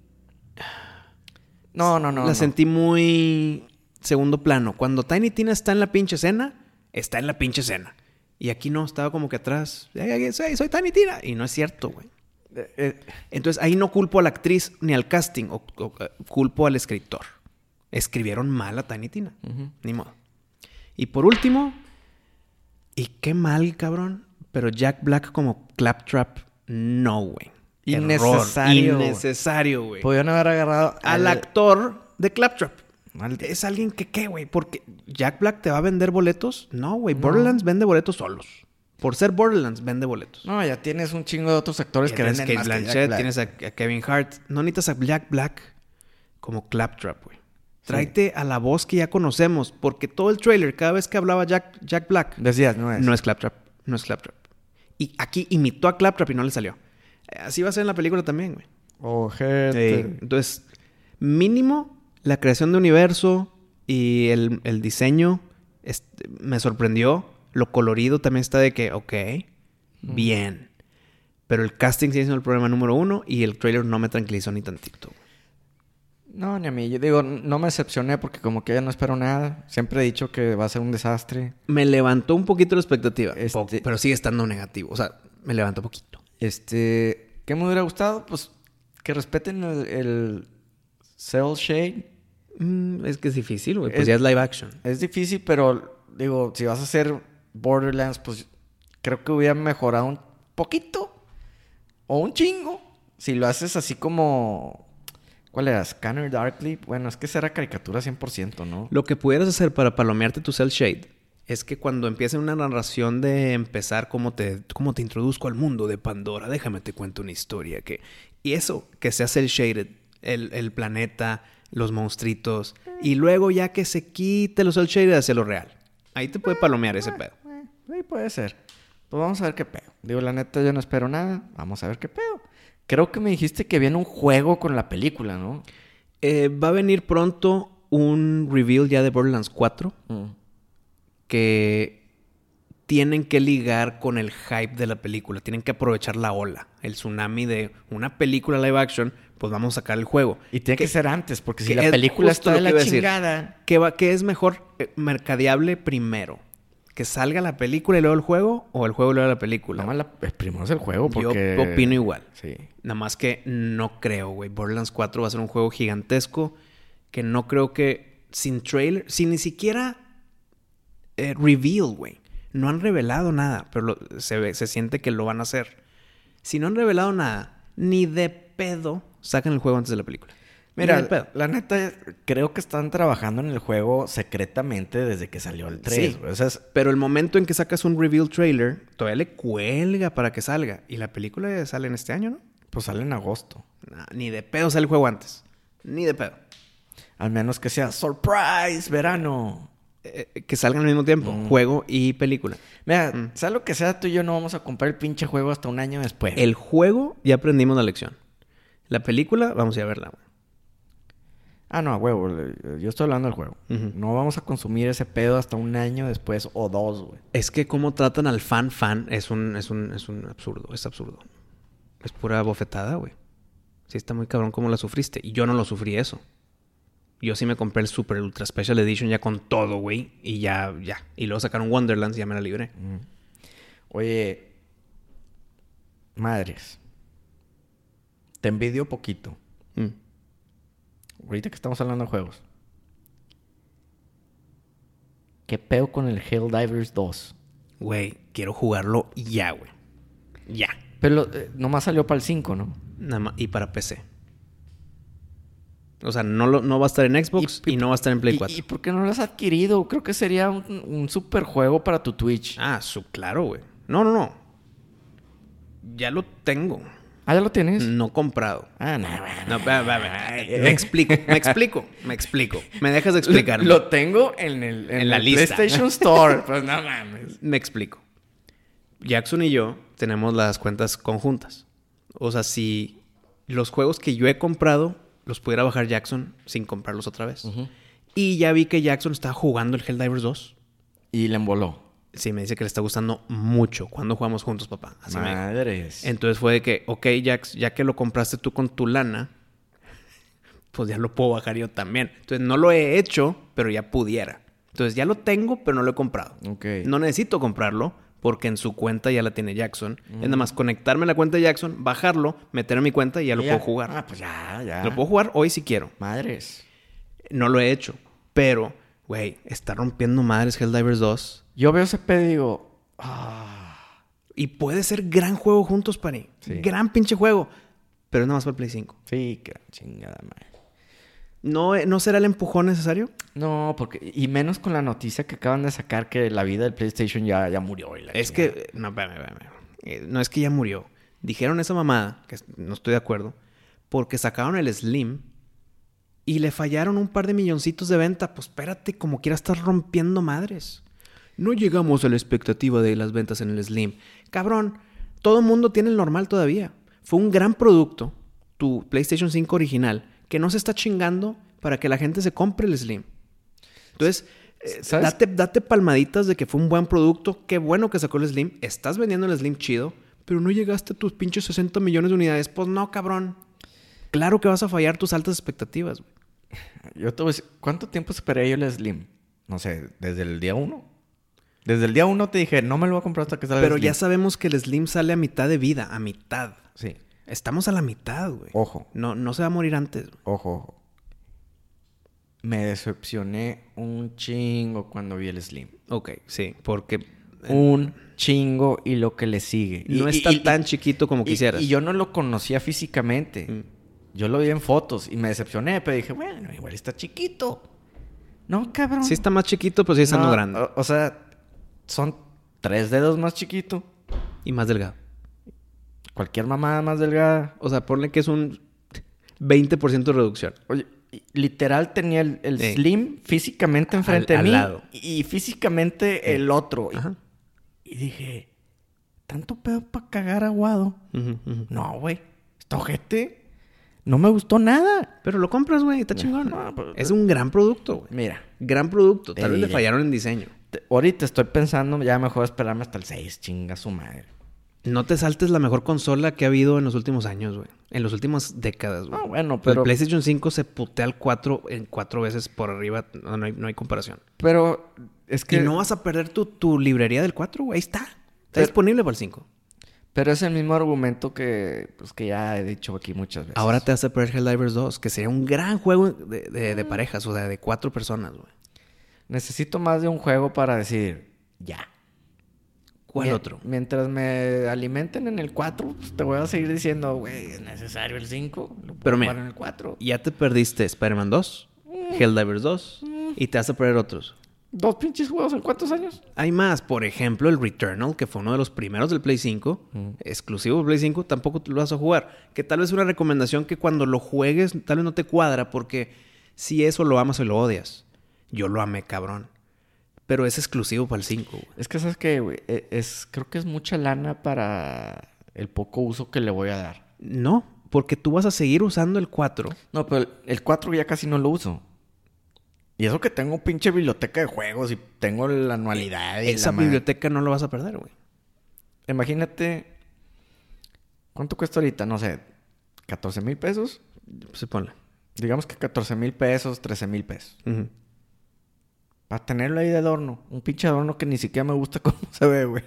Speaker 1: No, no, no.
Speaker 3: la
Speaker 1: no.
Speaker 3: sentí muy segundo plano. Cuando Tiny Tina está en la pinche escena, está en la pinche escena. Y aquí no, estaba como que atrás. "Ey, ey, Soy, soy Tiny Tina. Y no es cierto, güey.
Speaker 1: Eh, eh,
Speaker 3: Entonces ahí no culpo a la actriz ni al casting, o, o, eh, culpo al escritor. Escribieron mal a Tiny Tina.
Speaker 1: Ujú.
Speaker 3: Ni modo. Y por último, y qué mal, cabrón, pero Jack Black como Claptrap, no, güey. Error.
Speaker 1: Innecesario, güey.
Speaker 3: Innecesario, güey.
Speaker 1: Podían haber agarrado
Speaker 3: Al actor de Claptrap.
Speaker 1: Maldi-
Speaker 3: Es alguien que qué, güey, porque Jack Black te va a vender boletos. No, güey. Borderlands vende boletos solos. Por ser Borderlands, vende boletos.
Speaker 1: No, ya tienes un chingo de otros actores
Speaker 3: Ya
Speaker 1: que
Speaker 3: tienes
Speaker 1: venden
Speaker 3: Kate
Speaker 1: más que Jack
Speaker 3: Blanchett,
Speaker 1: Black.
Speaker 3: tienes a, a Kevin Hart. No necesitas a Jack Black como Claptrap, güey. Tráete a la voz que ya conocemos, porque todo el trailer, cada vez que hablaba Jack, Jack Black,
Speaker 1: Decías, no es.
Speaker 3: no es Claptrap, no es Claptrap. Y aquí imitó a Claptrap y no le salió. Eh, Así va a ser en la película también, güey.
Speaker 1: Oh, Ojete.
Speaker 3: Sí. Este, Entonces, mínimo, la creación de universo y el, el diseño este, me sorprendió. Lo colorido también está de que, ok, bien. Pero el casting sigue siendo el problema número uno y el trailer no me tranquilizó ni tantito.
Speaker 1: No, ni a mí. Yo digo, no me decepcioné porque como que ya no espero nada. Siempre he dicho que va a ser un desastre.
Speaker 3: Me levantó un poquito la expectativa,
Speaker 1: Este-
Speaker 3: po- pero sigue estando negativo. O sea, me levantó poquito.
Speaker 1: Este, ¿qué me hubiera gustado? Pues que respeten el, el cell shade.
Speaker 3: Mm, es que es difícil, güey. Pues
Speaker 1: Es-
Speaker 3: ya es live action.
Speaker 1: Es difícil, pero digo, si vas a hacer Borderlands, pues creo que hubiera mejorado un poquito o un chingo. Si lo haces así como... ¿Cuál era? Scanner Darkly. Bueno, es que esa era caricatura 100%, ¿no?
Speaker 3: Lo que pudieras hacer para palomearte tu cel shade es que cuando empiece una narración de empezar cómo te, cómo te introduzco al mundo de Pandora, déjame te cuento una historia que... Y eso, que sea cel shaded, el, el planeta, los monstruitos, y luego ya que se quite los cel shaded hacia lo real. Ahí te puede palomear ese pedo.
Speaker 1: Eh, ahí puede ser. Pues vamos a ver qué pedo. Digo, la neta, yo no espero nada. Vamos a ver qué pedo. Creo que me dijiste que viene un juego con la película, ¿no?
Speaker 3: Eh, va a venir pronto Mm. un reveal ya de Borderlands 4 que tienen que ligar con el hype de la película. Tienen que aprovechar la ola, el tsunami de una película live action, pues vamos a sacar el juego.
Speaker 1: Y tiene que, ser antes, porque si
Speaker 3: que
Speaker 1: la
Speaker 3: es
Speaker 1: película
Speaker 3: justo
Speaker 1: está de
Speaker 3: lo que iba
Speaker 1: la
Speaker 3: a decir.
Speaker 1: chingada.
Speaker 3: ¿Qué, va, qué es mejor eh, mercadeable primero? ¿Que salga la película y luego el juego o el juego y luego la película?
Speaker 1: Nada más la, eh, primero es el juego, porque.
Speaker 3: Yo opino igual.
Speaker 1: Sí.
Speaker 3: Nada más que no creo, güey. Borderlands 4 va a ser un juego gigantesco que no creo que sin trailer, sin ni siquiera eh, reveal, güey. No han revelado nada, pero lo- se, ve- se siente que lo van a hacer. Si no han revelado nada, ni de pedo sacan el juego antes de la película. Ni de pedo.
Speaker 1: Mira, la neta, creo que están trabajando en el juego secretamente desde que salió el 3.
Speaker 3: Sí.
Speaker 1: güey. O sea, es-
Speaker 3: Pero el momento en que sacas un reveal trailer, todavía le cuelga para que salga. Y la película sale en este año, ¿no?
Speaker 1: pues sale en agosto.
Speaker 3: Nah, ni de pedo sale el juego antes. Ni de pedo.
Speaker 1: Al menos que sea surprise, verano.
Speaker 3: eh, que salgan al mismo tiempo, juego y película.
Speaker 1: Mira,
Speaker 3: Mm.
Speaker 1: sea lo que sea, tú y yo no vamos a comprar el pinche juego hasta un año después.
Speaker 3: El juego ya aprendimos la lección. La película, vamos a ir a verla. güey.
Speaker 1: Ah, no, a huevo. le- Yo estoy hablando del juego.
Speaker 3: Ujú.
Speaker 1: No vamos a consumir ese pedo hasta un año después o dos, güey.
Speaker 3: Es que cómo tratan al fan fan es un, es un, es un absurdo, es absurdo. Es pura bofetada, güey. Sí, está muy cabrón cómo la sufriste. Y yo no lo sufrí eso. Yo sí me compré el Super Ultra Special Edition ya con todo, güey. Y ya, ya. Y luego sacaron Wonderlands y ya me la libré.
Speaker 1: Mm. Oye, madres. Te envidio poquito.
Speaker 3: Mm.
Speaker 1: Ahorita que estamos hablando de juegos. ¿Qué pedo con el Helldivers 2?
Speaker 3: Güey, quiero jugarlo ya, güey. Ya.
Speaker 1: Pero lo- eh, nomás salió para el 5, ¿no?
Speaker 3: Nada ma- y para PC. O sea, no, lo- no va a estar en Xbox y, no va a estar en Play
Speaker 1: ¿Y,
Speaker 3: 4.
Speaker 1: ¿Y por qué no lo has adquirido? Creo que sería un, un super juego para tu Twitch.
Speaker 3: Ah, su, claro, güey. No, no, no. Ya lo tengo.
Speaker 1: Ah, ¿ya lo tienes?
Speaker 3: No comprado.
Speaker 1: Ah, no, bueno.
Speaker 3: Mm. No, va, va, va. Me explico, me explico, me explico. Me dejas de explicar.
Speaker 1: Lo tengo en, el, en
Speaker 3: En la
Speaker 1: el
Speaker 3: lista.
Speaker 1: PlayStation Store. pues no mames.
Speaker 3: Me explico. Jackson y yo tenemos las cuentas conjuntas. O sea, si los juegos que yo he comprado los pudiera bajar Jackson sin comprarlos otra vez. Y ya vi que Jackson estaba jugando el Helldivers 2.
Speaker 1: Y le emboló.
Speaker 3: Sí, me dice que le está gustando mucho cuando jugamos juntos, papá. Así me dijo.
Speaker 1: Madres.
Speaker 3: Entonces fue de que, ok, Jax, ya que lo compraste tú con tu lana, pues ya lo puedo bajar yo también. Entonces no lo he hecho, pero ya pudiera. Entonces ya lo tengo, pero no lo he comprado.
Speaker 1: Ok.
Speaker 3: No necesito comprarlo porque en su cuenta ya la tiene Jackson. Es
Speaker 1: Mm.
Speaker 3: nada más conectarme a la cuenta de Jackson, bajarlo, meter a mi cuenta y ya lo
Speaker 1: Ya.
Speaker 3: puedo jugar.
Speaker 1: Ah, pues ya, ya.
Speaker 3: Lo puedo jugar hoy si quiero.
Speaker 1: Madres.
Speaker 3: No lo he hecho. Pero, güey, está rompiendo madres Helldivers 2.
Speaker 1: Yo veo ese pedo y digo, "Ah,
Speaker 3: Y puede ser gran juego juntos, Pani.
Speaker 1: Sí.
Speaker 3: Gran pinche juego. Pero es nada más para el Play 5.
Speaker 1: sí, que la chingada madre.
Speaker 3: ¿No, eh, ¿No será el empujón necesario?
Speaker 1: No, porque, y menos con la noticia que acaban de sacar que la vida del PlayStation ya, ya murió. y la
Speaker 3: Es
Speaker 1: chingada.
Speaker 3: que. No, espérame, espérame. Eh, No es que ya murió. Dijeron esa mamada, que es- no estoy de acuerdo, porque sacaron el Slim y le fallaron un par de milloncitos de venta. Pues espérate, como quiera estás rompiendo madres. No llegamos a la expectativa de las ventas en el Slim. Cabrón, todo el mundo tiene el normal todavía. Fue un gran producto, tu PlayStation 5 original, que no se está chingando para que la gente se compre el Slim. Entonces, eh,
Speaker 1: ¿Sabes?
Speaker 3: date, date palmaditas de que fue un buen producto. Qué bueno que sacó el Slim. Estás vendiendo el Slim chido, pero no llegaste a tus pinches 60 millones de unidades. Pues no, cabrón. Claro que vas a fallar tus altas expectativas, güey.
Speaker 1: Yo te voy a decir, ¿cuánto tiempo esperé yo el Slim? No sé, desde el día uno. Desde el día uno te dije, no me lo voy a comprar hasta que salga
Speaker 3: Pero
Speaker 1: el
Speaker 3: ya
Speaker 1: Slim".
Speaker 3: sabemos que el Slim sale a mitad de vida, a mitad.
Speaker 1: Sí,
Speaker 3: Estamos a la mitad, güey.
Speaker 1: Ojo.
Speaker 3: No, no se va a morir antes. güey.
Speaker 1: ojo, ojo. Me decepcioné un chingo cuando vi el Slim.
Speaker 3: Ok, sí, porque
Speaker 1: Un chingo y lo que le sigue.
Speaker 3: no
Speaker 1: eh, Y-
Speaker 3: está
Speaker 1: y- y-
Speaker 3: tan chiquito como
Speaker 1: y-
Speaker 3: quisieras. Mm.
Speaker 1: Y yo no lo conocía físicamente. Yo lo vi en fotos y me decepcioné, pero dije, bueno, igual está chiquito. No, cabrón.
Speaker 3: Sí está más chiquito, pero sigue estando
Speaker 1: No, oh.
Speaker 3: grande.
Speaker 1: O, o sea, son tres dedos más chiquito.
Speaker 3: Y más delgado.
Speaker 1: Cualquier mamada más delgada.
Speaker 3: O sea, ponle que es un 20% de reducción.
Speaker 1: Oye, y- literal tenía el, el
Speaker 3: Sí.
Speaker 1: slim físicamente enfrente
Speaker 3: Al- al
Speaker 1: de mí
Speaker 3: lado.
Speaker 1: y y físicamente el otro. Y-
Speaker 3: Ajá.
Speaker 1: Y, dije, tanto pedo para cagar aguado.
Speaker 3: Ujú, ujú.
Speaker 1: No, güey. Esta ojete no me gustó nada.
Speaker 3: Pero lo compras, güey, está chingón.
Speaker 1: no, pues, pero-
Speaker 3: es un gran producto, güey.
Speaker 1: Mira,
Speaker 3: Gran producto.
Speaker 1: Te
Speaker 3: Tal vez le
Speaker 1: diré.
Speaker 3: fallaron en diseño.
Speaker 1: Te- ahorita estoy pensando, ya mejor esperarme hasta el 6, chinga su madre.
Speaker 3: No te saltes la mejor consola que ha habido en los últimos años, güey. En las últimas décadas, güey.
Speaker 1: Ah, bueno,
Speaker 3: El
Speaker 1: pero.
Speaker 3: PlayStation 5 se putea al 4 en cuatro veces por arriba. No, no hay, no hay comparación.
Speaker 1: Pero es que.
Speaker 3: Y no vas a perder tu, tu librería del 4, güey. Ahí está. Está
Speaker 1: Pero-
Speaker 3: disponible para el 5.
Speaker 1: Pero es el mismo argumento que, pues, que ya he dicho aquí muchas veces.
Speaker 3: Ahora te vas a perder Helldivers 2, que sería un gran juego de, de- de parejas, o sea, de cuatro personas, güey.
Speaker 1: Necesito más de un juego para decir, ya.
Speaker 3: ¿Cuál
Speaker 1: Mien-
Speaker 3: otro?
Speaker 1: Mientras me alimenten en el 4, pues te voy a seguir diciendo, güey, es necesario el 5. Lo
Speaker 3: Pero
Speaker 1: puedo
Speaker 3: mira.
Speaker 1: jugar en el 4.
Speaker 3: Ya te perdiste Spider-Man 2, Helldivers 2, y te vas a perder otros.
Speaker 1: Dos pinches juegos en cuántos años.
Speaker 3: Hay más, por ejemplo, el Returnal, que fue uno de los primeros del Play 5,
Speaker 1: Mm.
Speaker 3: exclusivo del Play 5, tampoco tú lo vas a jugar. Que tal vez una recomendación que cuando lo juegues, tal vez no te cuadra, porque si eso lo amas o lo odias. Yo lo amé, cabrón. Pero es exclusivo para el 5, güey.
Speaker 1: Es que sabes que, güey, E- es, creo que es mucha lana para el poco uso que le voy a dar.
Speaker 3: No, porque tú vas a seguir usando el 4.
Speaker 1: No, pero el- el 4 ya casi no lo uso. Y eso que tengo pinche biblioteca de juegos y tengo la anualidad y
Speaker 3: Esa
Speaker 1: la madre.
Speaker 3: biblioteca no lo vas a perder, güey.
Speaker 1: Imagínate. ¿Cuánto cuesta ahorita? No sé. ¿14 mil pesos?
Speaker 3: Se ponle.
Speaker 1: Digamos que 14 mil pesos, 13 mil pesos.
Speaker 3: Ujú.
Speaker 1: Para tenerlo ahí de adorno. Un pinche adorno que ni siquiera me gusta cómo se ve, güey.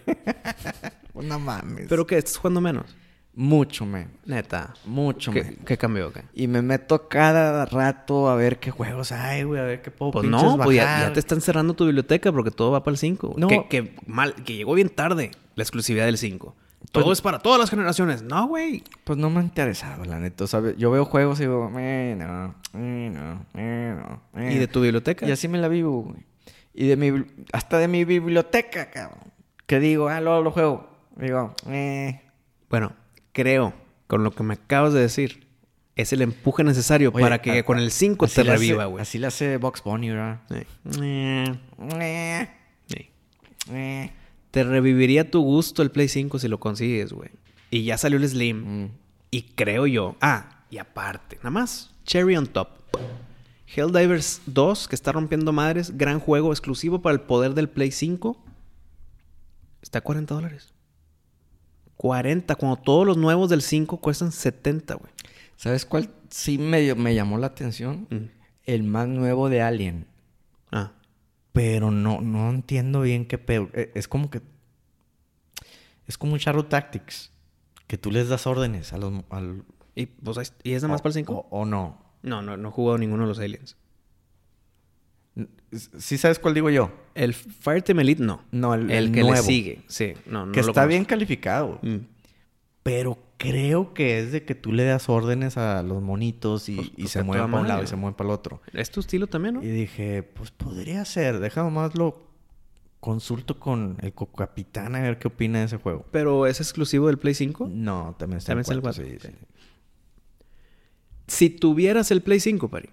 Speaker 1: no mames.
Speaker 3: Pero que estás jugando menos.
Speaker 1: mucho, men.
Speaker 3: Neta.
Speaker 1: Mucho,
Speaker 3: ¿Qué,
Speaker 1: men.
Speaker 3: qué cambió? qué?
Speaker 1: Y me meto cada rato a ver qué juegos hay, güey. A ver qué puedo
Speaker 3: Pues
Speaker 1: Oh, pinches
Speaker 3: no, pues ya,
Speaker 1: bajar.
Speaker 3: ya te están cerrando tu biblioteca porque todo va para el 5.
Speaker 1: No.
Speaker 3: Que, que mal, que llegó bien tarde la exclusividad del 5. Todo
Speaker 1: Pues-
Speaker 3: es para todas las generaciones. No, güey.
Speaker 1: Pues no me ha interesado, la neta. O sea, yo veo juegos y digo, "Eh, no, eh, no, eh, no, eh,
Speaker 3: ¿Y de
Speaker 1: no".
Speaker 3: tu biblioteca?
Speaker 1: Y así me la vivo, güey. Y de mi... bibli- Hasta de mi biblioteca, cabrón. Que digo, ah, luego lo juego. Digo, eh...
Speaker 3: Bueno, creo, con lo que me acabas de decir, es el empuje necesario
Speaker 1: Oye,
Speaker 3: para que
Speaker 1: a-
Speaker 3: con el 5
Speaker 1: así
Speaker 3: te
Speaker 1: le hace-
Speaker 3: reviva, güey.
Speaker 1: Así le hace Box Bunny, ¿verdad?
Speaker 3: Sí. Eh,
Speaker 1: Eh,
Speaker 3: sí.
Speaker 1: eh.
Speaker 3: Te reviviría tu gusto el Play 5 si lo consigues, güey. Y ya salió el Slim.
Speaker 1: Mm.
Speaker 3: Y creo yo. Ah, y aparte, nada más. Cherry on top. Helldivers 2, que está rompiendo madres. Gran juego exclusivo para el poder del Play 5. Está a 40 dólares. 40, cuando todos los nuevos del 5 cuestan 70, güey.
Speaker 1: ¿Sabes cuál sí me, me llamó la atención?
Speaker 3: Mm.
Speaker 1: El más nuevo de Alien.
Speaker 3: Ah,
Speaker 1: Pero no, no entiendo bien qué pedo. Eh, Es como que... Es como un Shadow Tactics. Que tú les das órdenes a los... Al...
Speaker 3: y, pues, ahí est- ¿y es nada más
Speaker 1: o-
Speaker 3: para el 5?
Speaker 1: O, o no.
Speaker 3: No, no, no he jugado ninguno de los aliens.
Speaker 1: ¿Sí sabes cuál digo yo?
Speaker 3: El Fire Team Elite, no.
Speaker 1: No, el, el
Speaker 3: que le
Speaker 1: nuevo.
Speaker 3: sigue. Sí, no, no
Speaker 1: que
Speaker 3: lo
Speaker 1: está
Speaker 3: conozco.
Speaker 1: bien calificado.
Speaker 3: Mm.
Speaker 1: Pero creo que es de que tú le das órdenes a los monitos y,
Speaker 3: Pues-
Speaker 1: y
Speaker 3: pues
Speaker 1: se
Speaker 3: a toda
Speaker 1: mueven para un lado
Speaker 3: madre.
Speaker 1: y se mueven para el otro.
Speaker 3: Es tu estilo también, ¿no?
Speaker 1: Y dije, pues podría ser. Déjame más lo consulto con el co- capitán a ver qué opina de ese juego.
Speaker 3: Pero es exclusivo del Play 5.
Speaker 1: No, también está
Speaker 3: También está en el
Speaker 1: cuatro,
Speaker 3: cuatro,
Speaker 1: sí, sí.
Speaker 3: Si tuvieras el Play 5, Pari,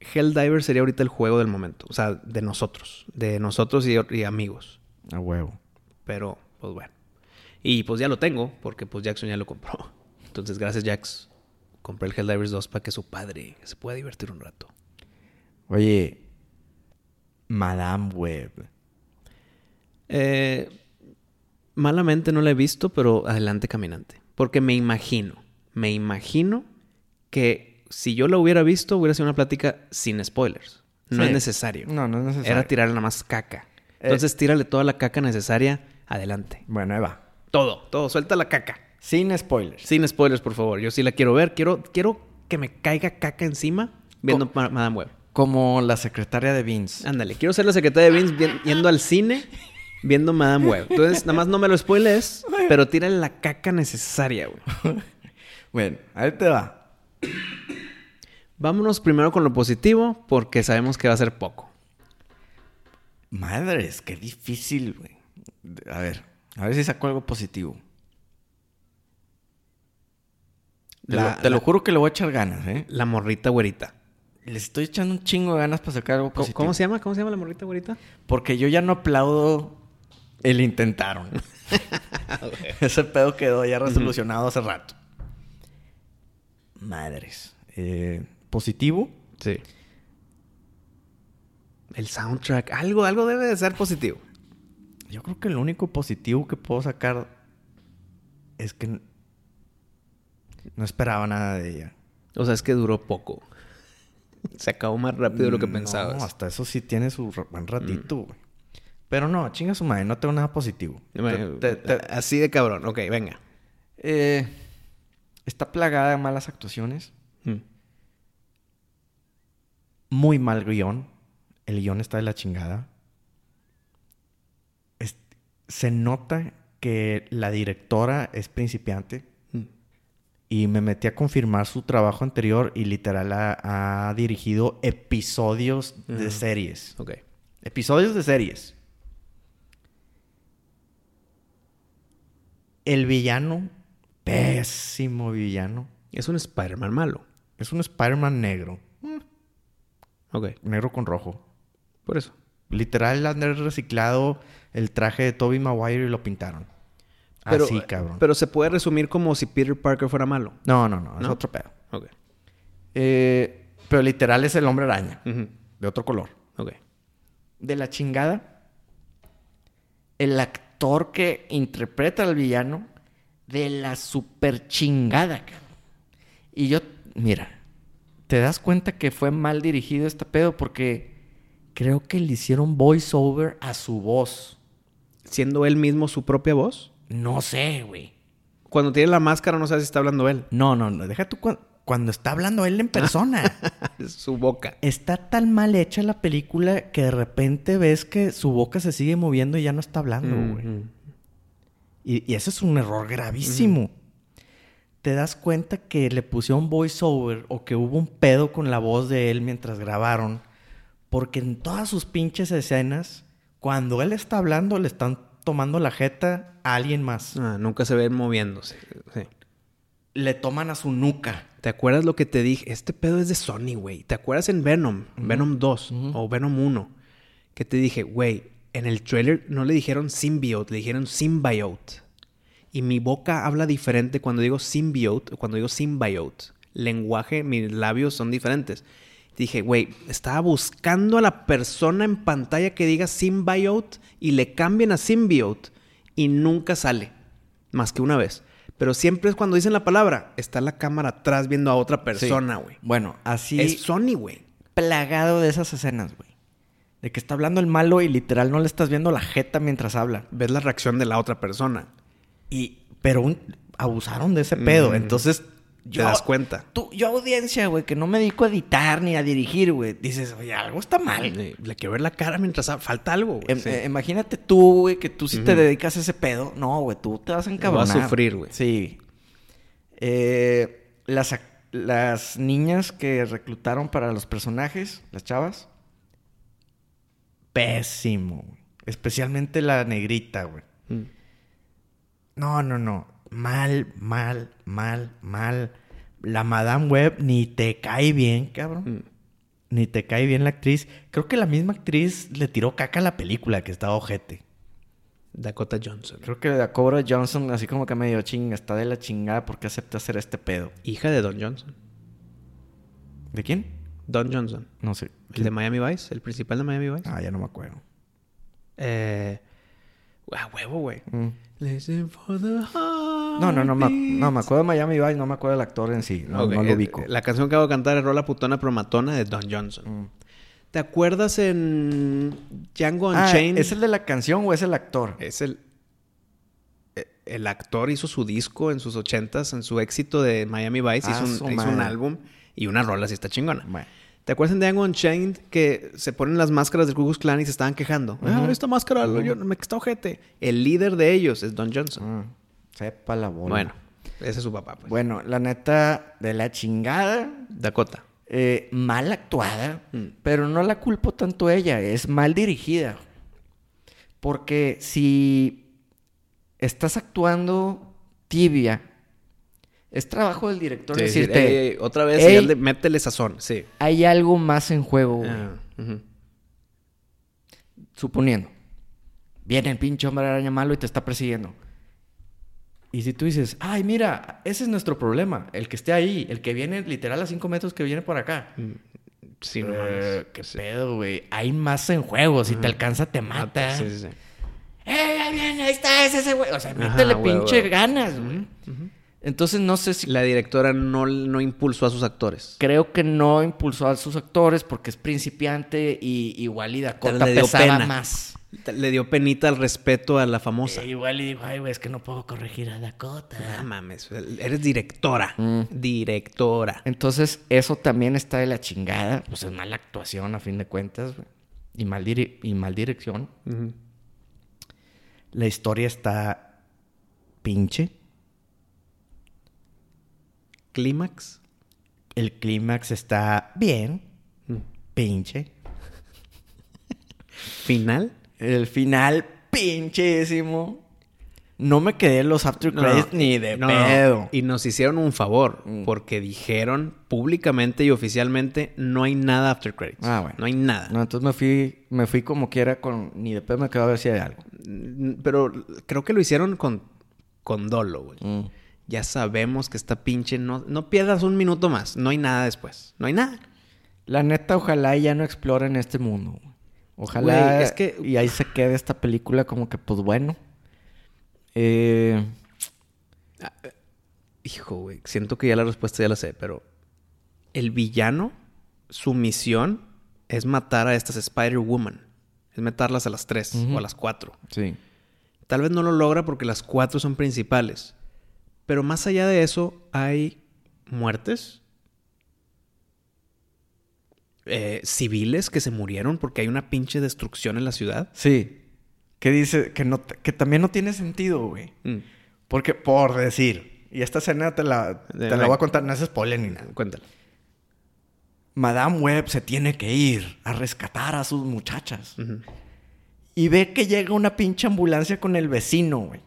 Speaker 3: Helldiver sería ahorita el juego del momento. O sea, de nosotros. De nosotros y, y amigos.
Speaker 1: A huevo.
Speaker 3: Pero, pues bueno. Y pues ya lo tengo, porque pues Jackson ya lo compró. Entonces, gracias, Jax. Compré el Helldivers 2 para que su padre se pueda divertir un rato.
Speaker 1: Oye, Madame Web.
Speaker 3: Eh, malamente no la he visto, pero adelante caminante. Porque me imagino, me imagino que si yo la hubiera visto, hubiera sido una plática sin spoilers. No
Speaker 1: Sí.
Speaker 3: es necesario.
Speaker 1: No, no es necesario.
Speaker 3: Era tirarle nada más caca.
Speaker 1: Eh.
Speaker 3: Entonces tírale toda la caca necesaria adelante.
Speaker 1: Bueno, Eva.
Speaker 3: Todo, todo, suelta la caca.
Speaker 1: Sin spoilers.
Speaker 3: Sin spoilers, por favor. Yo sí la quiero ver. Quiero, quiero que me caiga caca encima viendo Ma- Madame Web.
Speaker 1: Como la secretaria de Vince.
Speaker 3: Ándale, quiero ser la secretaria de Vince bien- yendo al cine, viendo Madame Web. Entonces, nada más no me lo spoiles, pero tírale la caca necesaria, güey.
Speaker 1: Bueno, ahí te va.
Speaker 3: Vámonos primero con lo positivo, porque sabemos que va a ser poco.
Speaker 1: Madres, qué difícil, güey. De- A ver, a ver si saco algo positivo. Te,
Speaker 3: La-
Speaker 1: lo, te lo
Speaker 3: la-
Speaker 1: juro que le voy a echar ganas, ¿eh?
Speaker 3: La morrita güerita.
Speaker 1: Le estoy echando un chingo de ganas para sacar algo
Speaker 3: ¿Cómo,
Speaker 1: positivo.
Speaker 3: cómo se llama? ¿Cómo se llama la morrita güerita?
Speaker 1: Porque yo ya no aplaudo el intentaron. Ese pedo quedó ya resolucionado hace rato. Madres. Eh, positivo.
Speaker 3: Sí. el soundtrack, algo, algo debe de ser positivo.
Speaker 1: Yo creo que lo único positivo que puedo sacar es que n- no esperaba nada de ella.
Speaker 3: O sea, es que duró poco. Se acabó más rápido de lo que
Speaker 1: No,
Speaker 3: pensabas.
Speaker 1: hasta eso sí tiene su ra- buen ratito, güey. Pero no, chinga su madre, no tengo nada positivo.
Speaker 3: Bueno,
Speaker 1: Te- te- te-
Speaker 3: Así de cabrón. Ok, venga.
Speaker 1: eh, está plagada de malas actuaciones.
Speaker 3: Mm.
Speaker 1: Muy mal guión. El guión está de la chingada. Es- se nota que la directora es principiante.
Speaker 3: Mm.
Speaker 1: Y me metí a confirmar su trabajo anterior y literal ha, ha dirigido episodios de
Speaker 3: Ajá.
Speaker 1: series.
Speaker 3: Ok.
Speaker 1: Episodios de series. El villano, pésimo villano.
Speaker 3: Es un Spider-Man malo.
Speaker 1: Es un Spider-Man negro.
Speaker 3: Ok,
Speaker 1: Negro con rojo.
Speaker 3: por eso.
Speaker 1: Literal, han de haber reciclado el traje de Toby Maguire y lo pintaron. Así, Ah, cabrón.
Speaker 3: Pero se puede resumir como si Peter Parker fuera malo.
Speaker 1: No, no, no, es
Speaker 3: ¿No?
Speaker 1: otro pedo.
Speaker 3: Ok.
Speaker 1: Eh, pero literal es el hombre araña,
Speaker 3: Ujú.
Speaker 1: de otro color.
Speaker 3: Ok.
Speaker 1: de la chingada. El actor que interpreta al villano de la super chingada. cabrón. Y yo, mira, te das cuenta que fue mal dirigido este pedo porque creo que le hicieron voiceover a su voz.
Speaker 3: Siendo él mismo su propia voz.
Speaker 1: No sé, güey.
Speaker 3: Cuando tiene la máscara no sabes si está hablando él.
Speaker 1: No, no, no. Deja tú cu- cuando está hablando él en persona.
Speaker 3: Es su boca.
Speaker 1: está tan mal hecha la película que de repente ves que su boca se sigue moviendo y ya no está hablando, güey.
Speaker 3: Ujú.
Speaker 1: Y, y ese es un error gravísimo. Te das cuenta que le pusieron voiceover o que hubo un pedo con la voz de él mientras grabaron. Porque en todas sus pinches escenas, cuando él está hablando, le están tomando la jeta a alguien más.
Speaker 3: Ah, nunca se ve moviéndose. Sí.
Speaker 1: Le toman a su nuca.
Speaker 3: ¿Te acuerdas lo que te dije? Este pedo es de Sony, güey. ¿Te acuerdas en Venom? Venom 2 o Venom 1. Que te dije, güey, en el trailer no le dijeron symbiote, le dijeron symbiote. Y mi boca habla diferente cuando digo symbiote o cuando digo symbiote. Lenguaje, mis labios son diferentes. Dije, güey, estaba buscando a la persona en pantalla que diga symbiote y le cambian a symbiote y nunca sale, más que una vez. Pero siempre es cuando dicen la palabra, está la cámara atrás viendo a otra persona,
Speaker 1: Sí.
Speaker 3: güey.
Speaker 1: Bueno, así
Speaker 3: Es Sony, güey.
Speaker 1: plagado de esas escenas, güey. De que está hablando el malo y literal no le estás viendo la jeta mientras habla.
Speaker 3: Ves la reacción de la otra persona.
Speaker 1: Y, pero un- abusaron de ese pedo.
Speaker 3: Mm.
Speaker 1: Entonces,
Speaker 3: Te das cuenta.
Speaker 1: Tú, yo audiencia, güey, que no me dedico a editar ni a dirigir, güey. Dices, oye, algo está mal.
Speaker 3: Le le quiero ver la cara mientras ha- falta algo, güey.
Speaker 1: Em-
Speaker 3: Pues Sí.
Speaker 1: eh, imagínate tú, güey, que tú si te dedicas a ese pedo. No, güey, tú te vas a encabronar.
Speaker 3: Vas a sufrir, güey.
Speaker 1: Sí. Eh, las, ac- las niñas que reclutaron para los personajes, las chavas, pésimo, güey. Especialmente la negrita, güey.
Speaker 3: Mm.
Speaker 1: No, no, no. Mal, mal, mal, mal. La Madame Web ni te cae bien, cabrón.
Speaker 3: Mm.
Speaker 1: Ni te cae bien la actriz. Creo que la misma actriz le tiró caca a la película que estaba ojete.
Speaker 3: Dakota Johnson.
Speaker 1: Creo que la Cobra Johnson, así como que medio chinga, está de la chingada porque acepta hacer este pedo.
Speaker 3: Hija de Don Johnson.
Speaker 1: ¿De quién?
Speaker 3: Don Johnson.
Speaker 1: No sé.
Speaker 3: El de Miami Vice, el principal de Miami Vice.
Speaker 1: Ah, ya no me acuerdo.
Speaker 3: Eh, a huevo, güey.
Speaker 1: Mm.
Speaker 3: Listen for the
Speaker 1: No, no, no me,
Speaker 3: heartbeat.
Speaker 1: no, me acuerdo de Miami Vice, no me acuerdo del actor en sí. No,
Speaker 3: Ok,
Speaker 1: no
Speaker 3: eh,
Speaker 1: lo ubico.
Speaker 3: La canción que acabo de cantar es Rola Putona Promatona de Don Johnson.
Speaker 1: Mm.
Speaker 3: ¿Te acuerdas en Django
Speaker 1: Ah,
Speaker 3: Unchained?
Speaker 1: ¿Es el de la canción o es el actor?
Speaker 3: Es el... eh, El actor hizo su disco en sus ochentas, en su éxito de Miami Vice,
Speaker 1: Ah,
Speaker 3: hizo,
Speaker 1: su
Speaker 3: un, hizo un
Speaker 1: madre.
Speaker 3: álbum y una rola así está chingona.
Speaker 1: Bueno.
Speaker 3: ¿Te acuerdas en Django Unchained que se ponen las máscaras del Ku Klux Klan y se estaban quejando? Ah,
Speaker 1: Ujú.
Speaker 3: esta máscara, lo- yo, me está ojete. El líder de ellos es Don Johnson.
Speaker 1: Mm. Sepa la bola.
Speaker 3: Bueno, ese es su papá, pues.
Speaker 1: Ah, Bueno, la neta, de la chingada,
Speaker 3: Dakota.
Speaker 1: eh, mal actuada,
Speaker 3: Mm.
Speaker 1: pero no la culpo tanto a ella, es mal dirigida. Porque si estás actuando tibia, es trabajo del director
Speaker 3: Sí, eh, sí,
Speaker 1: decirte,
Speaker 3: ey, ey, otra vez,
Speaker 1: este, "Ey,
Speaker 3: y hazle- métele sazón, sí.
Speaker 1: hay algo más en juego, güey".
Speaker 3: Ah, ujú.
Speaker 1: suponiendo. Viene el pinche hombre araña malo y te está persiguiendo. Y si tú dices, ay, mira, ese es nuestro problema, el que esté ahí, el que viene literal a cinco metros que viene por acá.
Speaker 3: Mm, Sí, no mames.
Speaker 1: Eh, qué
Speaker 3: Sí.
Speaker 1: pedo, güey. Hay más en juego. Si te alcanza, te mata.
Speaker 3: Ah, Sí, sí, sí.
Speaker 1: ¡Eh, ahí viene! Ahí está, es ese güey. O sea,
Speaker 3: Ajá,
Speaker 1: métele
Speaker 3: güey,
Speaker 1: pinche
Speaker 3: güey.
Speaker 1: ganas, güey. Entonces, no sé si.
Speaker 3: La directora no, no impulsó a sus actores.
Speaker 1: Creo que no impulsó a sus actores porque es principiante y igual y Dakota
Speaker 3: le dio
Speaker 1: pesaba
Speaker 3: pena.
Speaker 1: más.
Speaker 3: Le dio penita al respeto a la famosa.
Speaker 1: Eh, igual y dijo, ay, güey, es que no puedo corregir a Dakota.
Speaker 3: Ah, mames, eres directora.
Speaker 1: Mm.
Speaker 3: Directora.
Speaker 1: Entonces, eso también está de la chingada. Pues es mala actuación, a fin de cuentas, güey. Y mal, dire- y mal dirección.
Speaker 3: Ujú.
Speaker 1: La historia está pinche.
Speaker 3: Clímax.
Speaker 1: El clímax está bien. Pinche.
Speaker 3: Final.
Speaker 1: El final, pinchísimo. No me quedé en los after
Speaker 3: No,
Speaker 1: credits ni de
Speaker 3: no, no.
Speaker 1: pedo. Mm.
Speaker 3: Y nos hicieron un favor porque dijeron públicamente y oficialmente no hay nada after credits.
Speaker 1: Ah, bueno.
Speaker 3: No hay nada.
Speaker 1: No, entonces me fui, me fui como quiera con... Ni de pedo me quedaba a ver si hay algo.
Speaker 3: Mm, Pero creo que lo hicieron con, con dolo, güey.
Speaker 1: Mm.
Speaker 3: Ya sabemos que esta pinche no, no pierdas un minuto más. No hay nada después. No hay nada.
Speaker 1: La neta, ojalá ya no exploren este mundo. güey. Ojalá
Speaker 3: Güey, es que-
Speaker 1: y ahí se quede esta película como que, pues bueno. Eh,
Speaker 3: Hijo, güey. Siento que ya la respuesta ya la sé, pero el villano, su misión es matar a estas Spider-Woman. Es matarlas a las tres
Speaker 1: Ujú.
Speaker 3: o a las cuatro.
Speaker 1: sí.
Speaker 3: Tal vez no lo logra porque las cuatro son principales. Pero más allá de eso, hay muertes. eh, civiles que se murieron porque hay una pinche destrucción en la ciudad.
Speaker 1: Sí. Que dice que, no, que también no tiene sentido, güey.
Speaker 3: Mm,
Speaker 1: Porque, por decir, y esta escena te la,
Speaker 3: De
Speaker 1: te la
Speaker 3: la-
Speaker 1: voy a contar, no es spoiler ni nada.
Speaker 3: Cuéntale.
Speaker 1: Madame Webb se tiene que ir a rescatar a sus muchachas.
Speaker 3: Ujú.
Speaker 1: Y ve que llega una pinche ambulancia con el vecino, güey.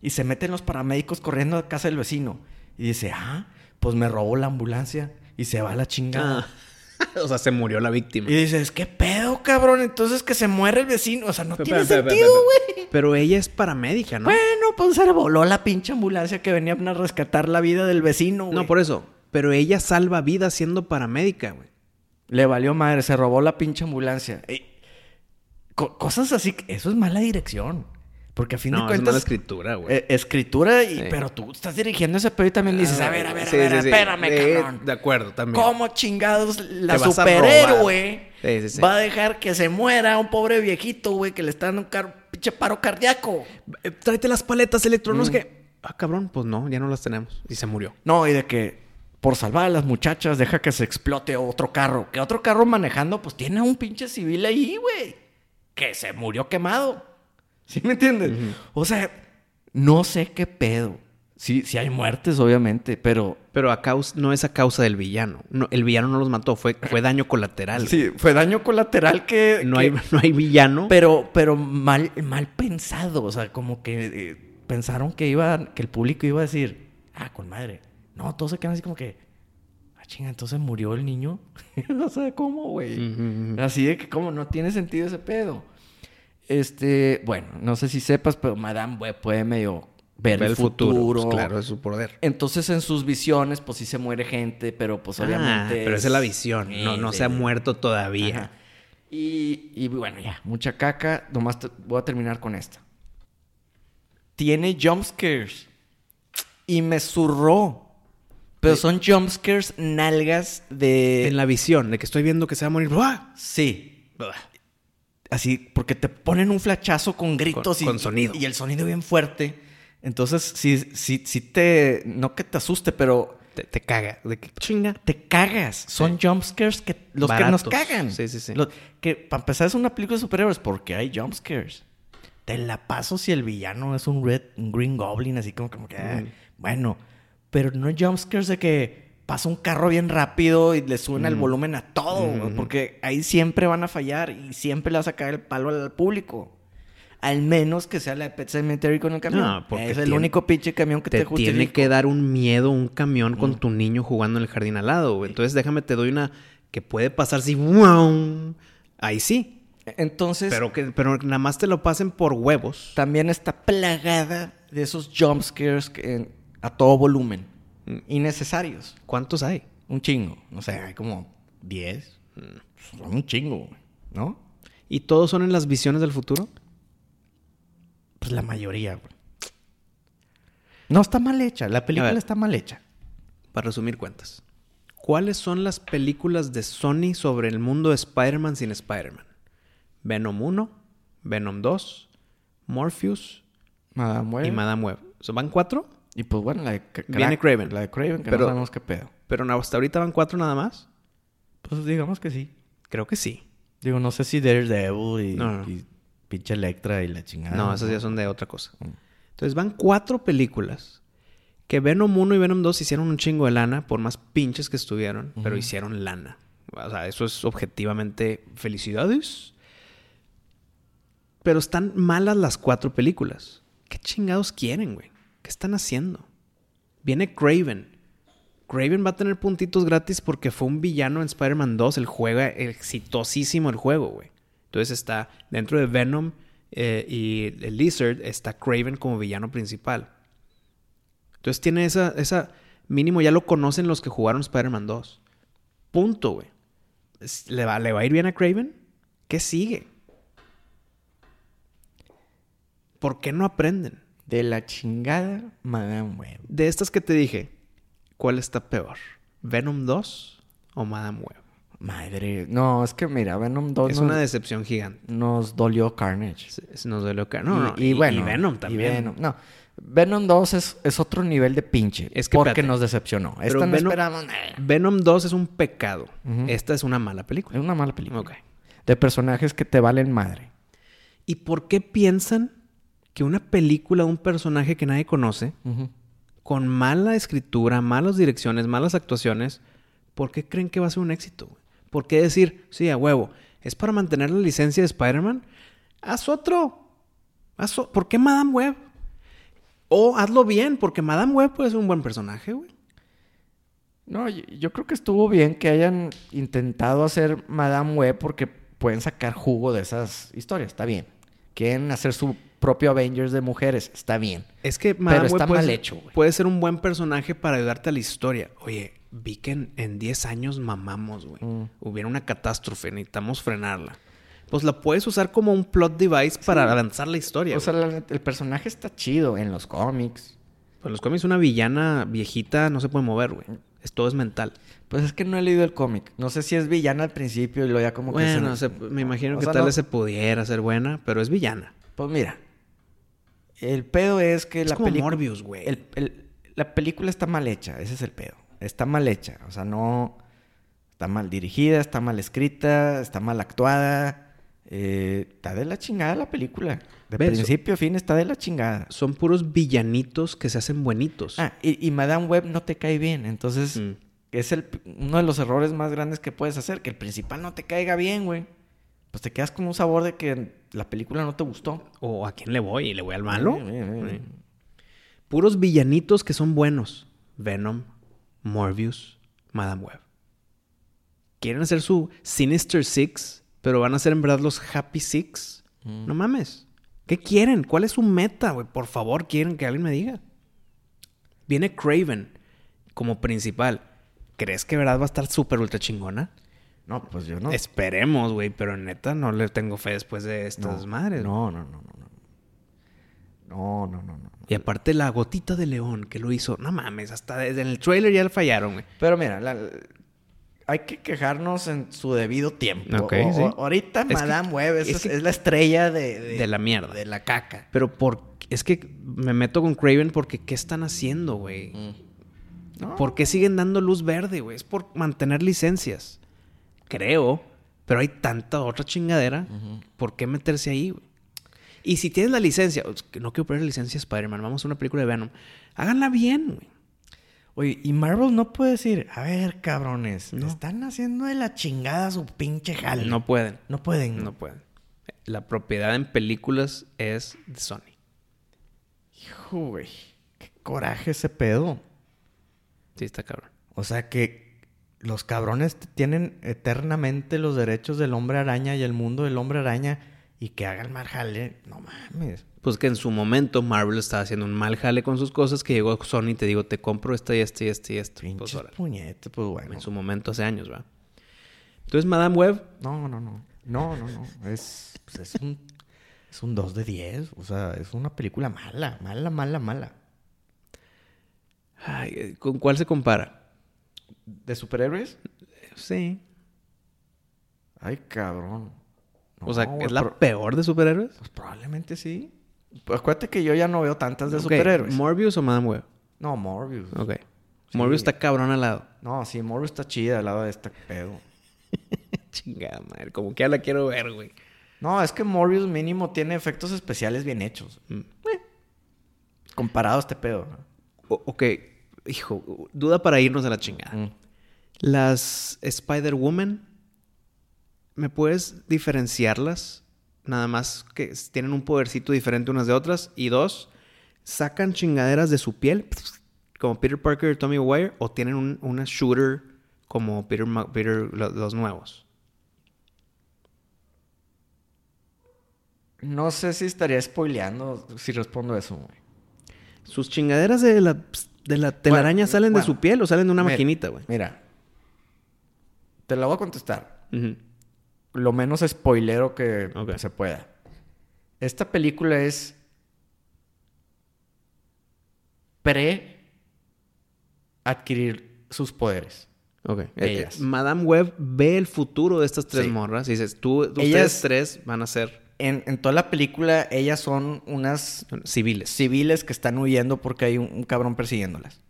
Speaker 1: Y se meten los paramédicos corriendo a casa del vecino. Y dice, ah, pues me robó la ambulancia. Y se va a la
Speaker 3: Ah.
Speaker 1: chingada.
Speaker 3: o sea, se murió la víctima.
Speaker 1: Y dices, ¿qué pedo, cabrón? Entonces que se muere el vecino. O sea, no tiene
Speaker 3: Espera, espera,
Speaker 1: sentido,
Speaker 3: espera,
Speaker 1: güey.
Speaker 3: Pero ella es paramédica, ¿no?
Speaker 1: Bueno, pues se le voló la pinche ambulancia que venían a rescatar la vida del vecino, güey.
Speaker 3: No, por eso. Pero ella salva vidas siendo paramédica, güey.
Speaker 1: Le valió madre, se robó la pinche ambulancia. Y co- cosas así, que- eso es mala dirección. Porque a fin de
Speaker 3: No, es
Speaker 1: cuentas.
Speaker 3: mala escritura, güey.
Speaker 1: eh, escritura, y-
Speaker 3: Sí.
Speaker 1: pero tú estás dirigiendo ese pedo y también dices, a ver, a ver,
Speaker 3: Ah, Sí,
Speaker 1: a ver,
Speaker 3: sí, sí.
Speaker 1: espérame,
Speaker 3: Eh,
Speaker 1: cabrón.
Speaker 3: De acuerdo, también.
Speaker 1: ¿Cómo chingados la
Speaker 3: Te vas a
Speaker 1: superhéroe
Speaker 3: robar. Sí, sí, sí.
Speaker 1: va a dejar que se muera un pobre viejito, güey, que le está dando un car- pinche paro cardíaco?
Speaker 3: Eh, Tráete las paletas electronos que... Ah, cabrón, pues no, ya no las tenemos. Y se murió.
Speaker 1: No, y de que por salvar a las muchachas deja que se explote otro carro. Que otro carro manejando, pues tiene un pinche civil ahí, güey. Que se murió quemado. ¿Sí me entiendes? O sea, no sé qué pedo. Sí, sí hay muertes, obviamente, pero...
Speaker 3: Pero a causa, no es a causa del villano. No, el villano no los mató, fue, fue daño colateral.
Speaker 1: Sí, fue daño colateral que...
Speaker 3: no,
Speaker 1: que-
Speaker 3: hay, no hay villano.
Speaker 1: Pero, pero mal, mal pensado. O sea, como que eh, pensaron que iba, que el público iba a decir, ah, con madre. No, todos se quedan así como que, ah, chinga, entonces murió el niño. o sea, ¿cómo, güey?
Speaker 3: Ujú, ujú.
Speaker 1: Así de que, como no tiene sentido ese pedo. Este, bueno, no sé si sepas, pero Madame Web puede medio ver
Speaker 3: Ve
Speaker 1: el, futuro.
Speaker 3: pues, claro, es su poder.
Speaker 1: Entonces, en sus visiones, pues sí se muere gente, pero pues
Speaker 3: Ah,
Speaker 1: obviamente.
Speaker 3: pero esa es la visión. No,
Speaker 1: Sí,
Speaker 3: no
Speaker 1: sí,
Speaker 3: se ha
Speaker 1: sí.
Speaker 3: muerto todavía.
Speaker 1: Ajá. Y, y bueno, ya, mucha caca. Nomás te- voy a terminar con esta. Tiene jumpscares. Y me zurró. Pero son jumpscares nalgas de.
Speaker 3: En la visión de que estoy viendo que se va a morir. ¡buah!
Speaker 1: Sí. Así, porque te ponen un flachazo con gritos y,
Speaker 3: con sonido.
Speaker 1: y el sonido bien fuerte. Entonces, sí, sí, sí te. No que te asuste, pero
Speaker 3: Te, te caga. De que chinga.
Speaker 1: te cagas. Son jumpscares que los que
Speaker 3: Baratos.
Speaker 1: nos cagan.
Speaker 3: Sí, sí, sí.
Speaker 1: Los- que para empezar es una película de superhéroes porque hay jumpscares. Te la paso si el villano es un red, un green goblin, así como, como que. ah, Bueno. Pero no jumpscares de que pasa un carro bien rápido y le suben
Speaker 3: Mm.
Speaker 1: el volumen a todo. güey, Porque ahí siempre van a fallar y siempre le vas a caer el palo al público. Al menos que sea la de Pet Cemetery con el camión.
Speaker 3: No, porque
Speaker 1: es el
Speaker 3: tiene-
Speaker 1: único pinche camión que te,
Speaker 3: te Mm. tiene
Speaker 1: justifica.
Speaker 3: que dar un miedo un camión con tu niño jugando en el jardín al lado. güey. Entonces déjame, te doy una que puede pasar si... ¡guau! Ahí sí.
Speaker 1: Entonces.
Speaker 3: Pero, que, pero nada más te lo pasen por huevos.
Speaker 1: también está plagada de esos jumpscares a todo
Speaker 3: Mm.
Speaker 1: volumen. Innecesarios.
Speaker 3: ¿Cuántos hay?
Speaker 1: Un chingo. No sé, hay como 10. Pues, Son un chingo, güey, ¿no?
Speaker 3: ¿Y todos son en las visiones del futuro?
Speaker 1: Pues la mayoría, güey. No, está mal hecha. La película
Speaker 3: ver.
Speaker 1: está mal hecha.
Speaker 3: Para resumir cuentas. ¿Cuáles son las películas de Sony sobre el mundo de Spider-Man sin Spider-Man? Venom 1, Venom 2, Morpheus
Speaker 1: Madame Web.
Speaker 3: y
Speaker 1: Y,
Speaker 3: Madame Web. O sea, ¿Van cuatro?
Speaker 1: pues bueno, la de C-
Speaker 3: Viene
Speaker 1: Crack-
Speaker 3: Craven.
Speaker 1: La de Craven, que
Speaker 3: Pero-
Speaker 1: no sabemos qué pedo.
Speaker 3: Pero no, hasta ahorita van cuatro nada más.
Speaker 1: Pues digamos que sí.
Speaker 3: Creo que sí.
Speaker 1: Digo, no sé si Daredevil y,
Speaker 3: No, no, no.
Speaker 1: y pinche Electra y la chingada.
Speaker 3: No, esas ya son de otra cosa.
Speaker 1: Ah. Mm.
Speaker 3: Entonces van cuatro películas que Venom 1 y Venom 2 hicieron un chingo de lana, por más pinches que estuvieron, pero
Speaker 1: Ujú.
Speaker 3: hicieron lana. O sea, eso es objetivamente felicidades. Pero están malas las cuatro películas. ¿Qué chingados quieren, güey? ¿Qué están haciendo? Viene Craven. Craven va a tener puntitos gratis porque fue un villano en Spider-Man 2. El juego, exitosísimo el juego, güey. Entonces está dentro de Venom eh, y el Lizard, está Craven como villano principal. Entonces tiene esa, esa. Mínimo ya lo conocen los que jugaron Spider-Man 2. Punto, güey. Es- ¿Le va, ¿Le va a ir bien a Craven? ¿Qué sigue? ¿Por qué no aprenden?
Speaker 1: De la chingada Madame Web.
Speaker 3: De estas que te dije, ¿cuál está peor? ¿Venom 2 o Madame Web?
Speaker 1: Madre. No, es que mira, Venom 2
Speaker 3: Es
Speaker 1: nos,
Speaker 3: una decepción gigante.
Speaker 1: nos dolió Carnage.
Speaker 3: Se- se Nos duele lo que- No, no.
Speaker 1: y, y bueno.
Speaker 3: y Venom también.
Speaker 1: y Venom, no. Venom 2 es, es otro nivel de pinche.
Speaker 3: Es
Speaker 1: Es
Speaker 3: que,
Speaker 1: que porque
Speaker 3: espérate.
Speaker 1: nos decepcionó.
Speaker 3: Pero
Speaker 1: Esta no
Speaker 3: Venom-
Speaker 1: esperamos nada.
Speaker 3: Venom 2 es un pecado.
Speaker 1: Ujú.
Speaker 3: Esta es una mala película.
Speaker 1: Es una mala película.
Speaker 3: Ok.
Speaker 1: De personajes que te valen madre.
Speaker 3: ¿Y por qué piensan que una película de un personaje que nadie conoce, con mala escritura, malas direcciones, malas actuaciones, ¿por qué creen que va a ser un éxito? güey? ¿Por qué decir, sí, a huevo, es para mantener la licencia de Spider-Man? Haz otro. Haz o- ¿Por qué Madame Web? O hazlo bien, porque Madame Web puede ser un buen personaje, güey.
Speaker 1: No, yo, yo creo que estuvo bien que hayan intentado hacer Madame Web porque pueden sacar jugo de esas historias. Está bien. Quieren hacer su propio Avengers de mujeres. Está bien.
Speaker 3: Es que Madame
Speaker 1: Pero
Speaker 3: Web
Speaker 1: está
Speaker 3: puede,
Speaker 1: mal
Speaker 3: ser-
Speaker 1: hecho, güey.
Speaker 3: puede ser un buen personaje para ayudarte a la historia. Oye, vi que en, en 10 años mamamos, güey.
Speaker 1: Mm.
Speaker 3: Hubiera una catástrofe, necesitamos frenarla. Pues la puedes usar como un plot device para avanzar la historia.
Speaker 1: O sea,
Speaker 3: güey.
Speaker 1: la neta, el personaje está chido en los cómics.
Speaker 3: Pues los cómics, una villana viejita no se puede mover, güey. Es, todo es mental.
Speaker 1: Pues es que no he leído el cómic. No sé si es villana al principio y luego ya como que...
Speaker 3: bueno,
Speaker 1: se-
Speaker 3: se- me imagino
Speaker 1: O
Speaker 3: que
Speaker 1: sea,
Speaker 3: tal
Speaker 1: no-
Speaker 3: vez se pudiera ser buena, pero es villana.
Speaker 1: Pues mira, el pedo es que
Speaker 3: Es
Speaker 1: Eh, la
Speaker 3: como
Speaker 1: película...
Speaker 3: Morbius, güey.
Speaker 1: el- el- la película está mal hecha, ese es el pedo. Está mal hecha, o sea, no... Está mal dirigida, está mal escrita, está mal actuada. eh, está de la chingada la película. De
Speaker 3: Ve, eso-
Speaker 1: principio a fin está de la chingada.
Speaker 3: Son puros villanitos que se hacen buenitos.
Speaker 1: Ah, y, y Madame Web no te cae bien, entonces...
Speaker 3: Mm.
Speaker 1: Es el, uno de los errores más grandes que puedes hacer, que el principal no te caiga bien, güey. Pues te quedas con un sabor de que la película no te gustó.
Speaker 3: ¿O a quién le voy? ¿Y le voy al malo?
Speaker 1: Eh, eh, eh.
Speaker 3: Sí. Puros villanitos que son buenos. Venom, Morbius, Madame Web. Quieren hacer su Sinister Six, pero van a ser en verdad los Happy Six.
Speaker 1: Mm.
Speaker 3: No mames. ¿Qué quieren? ¿Cuál es su meta, güey? Por favor, quieren que alguien me diga. Viene Craven como principal. ¿Crees que verdad va a estar súper ultra chingona?
Speaker 1: No, pues yo no.
Speaker 3: Esperemos, güey, pero neta no le tengo fe después de estas
Speaker 1: no,
Speaker 3: madres.
Speaker 1: No, no, no, no. no. No, no, no, no.
Speaker 3: Y aparte la gotita de león que lo hizo. No mames, hasta desde el trailer ya le fallaron, güey.
Speaker 1: Pero mira, la- hay que quejarnos en su debido tiempo.
Speaker 3: Ok,
Speaker 1: O-
Speaker 3: sí.
Speaker 1: o- ahorita
Speaker 3: Es que-
Speaker 1: Madame Web es,
Speaker 3: es que-
Speaker 1: es la estrella de, de-
Speaker 3: De la mierda.
Speaker 1: de la caca.
Speaker 3: Pero por... Es que me meto con Craven porque ¿qué están haciendo, güey?
Speaker 1: No.
Speaker 3: ¿Por qué siguen dando luz verde, güey? Es por mantener licencias. Creo. Pero hay tanta otra chingadera. ¿Por qué meterse ahí, güey? Y si tienes la licencia... es que No quiero perder la licencia de Spider-Man. Vamos a una película de Venom. Háganla bien, güey.
Speaker 1: Oye, y Marvel no puede decir, a ver, cabrones,
Speaker 3: No.
Speaker 1: están haciendo de la chingada su pinche jale.
Speaker 3: No pueden.
Speaker 1: No pueden.
Speaker 3: No pueden. La propiedad en películas es de Sony.
Speaker 1: Hijo, güey. Qué coraje ese pedo.
Speaker 3: Sí, está cabrón.
Speaker 1: O sea que los cabrones t- tienen eternamente los derechos del hombre araña y el mundo del hombre araña y que hagan mal jale. No mames.
Speaker 3: Pues que en su momento Marvel estaba haciendo un mal jale con sus cosas que llegó Sony y te digo, te compro esta y esta y esta y esto. Pues,
Speaker 1: Pinches
Speaker 3: órale.
Speaker 1: puñetes, pues bueno.
Speaker 3: en su momento hace años, ¿verdad? Tú eres Madame Web.
Speaker 1: No, no, no. No, no, no. Es, pues, es un. Es un 2 de 10. O sea, es una película mala, mala, mala, mala.
Speaker 3: Ay, ¿Con cuál se compara?
Speaker 1: ¿De superhéroes?
Speaker 3: Sí.
Speaker 1: Ay, cabrón.
Speaker 3: o sea,
Speaker 1: No,
Speaker 3: ¿es
Speaker 1: güey,
Speaker 3: la
Speaker 1: pro-
Speaker 3: peor de superhéroes?
Speaker 1: Pues probablemente sí. Pues acuérdate que yo ya no veo tantas de
Speaker 3: Ok,
Speaker 1: superhéroes.
Speaker 3: ¿Morbius o Madame Web?
Speaker 1: no, Morbius.
Speaker 3: Ok.
Speaker 1: Sí.
Speaker 3: Morbius está cabrón al lado.
Speaker 1: No, sí, Morbius está chida al lado de este pedo.
Speaker 3: Chingada madre, como que ya la quiero ver, güey.
Speaker 1: No, es que Morbius mínimo tiene efectos especiales bien hechos.
Speaker 3: Mm.
Speaker 1: Eh. Comparado a este pedo. ¿no?
Speaker 3: O- ok, hijo, duda para irnos a la chingada.
Speaker 1: Mm.
Speaker 3: Las Spider-Woman, ¿me puedes diferenciarlas? Nada más que s- tienen un podercito diferente unas de otras. Y dos, ¿sacan chingaderas de su piel? Como Peter Parker y Tommy Wire. ¿O tienen un- una shooter como Peter, Ma- Peter lo- los nuevos?
Speaker 1: No sé si estaría spoileando si respondo eso. güey.
Speaker 3: ¿Sus chingaderas de la, de la telaraña
Speaker 1: Bueno,
Speaker 3: salen
Speaker 1: bueno.
Speaker 3: de su piel o salen de una
Speaker 1: Mira,
Speaker 3: maquinita, güey?
Speaker 1: Mira, te la voy a contestar.
Speaker 3: Ujú.
Speaker 1: lo menos spoilero que
Speaker 3: Ok.
Speaker 1: se pueda. Esta película es pre adquirir sus poderes.
Speaker 3: Ok. Eh, eh,
Speaker 1: Ellas.
Speaker 3: Madame Web ve el futuro de estas tres
Speaker 1: Sí.
Speaker 3: morras y dices, tú, ustedes
Speaker 1: Ellas-
Speaker 3: tres van a ser
Speaker 1: En, en toda la película ellas son unas
Speaker 3: civiles.
Speaker 1: civiles que están huyendo porque hay un, un cabrón persiguiéndolas.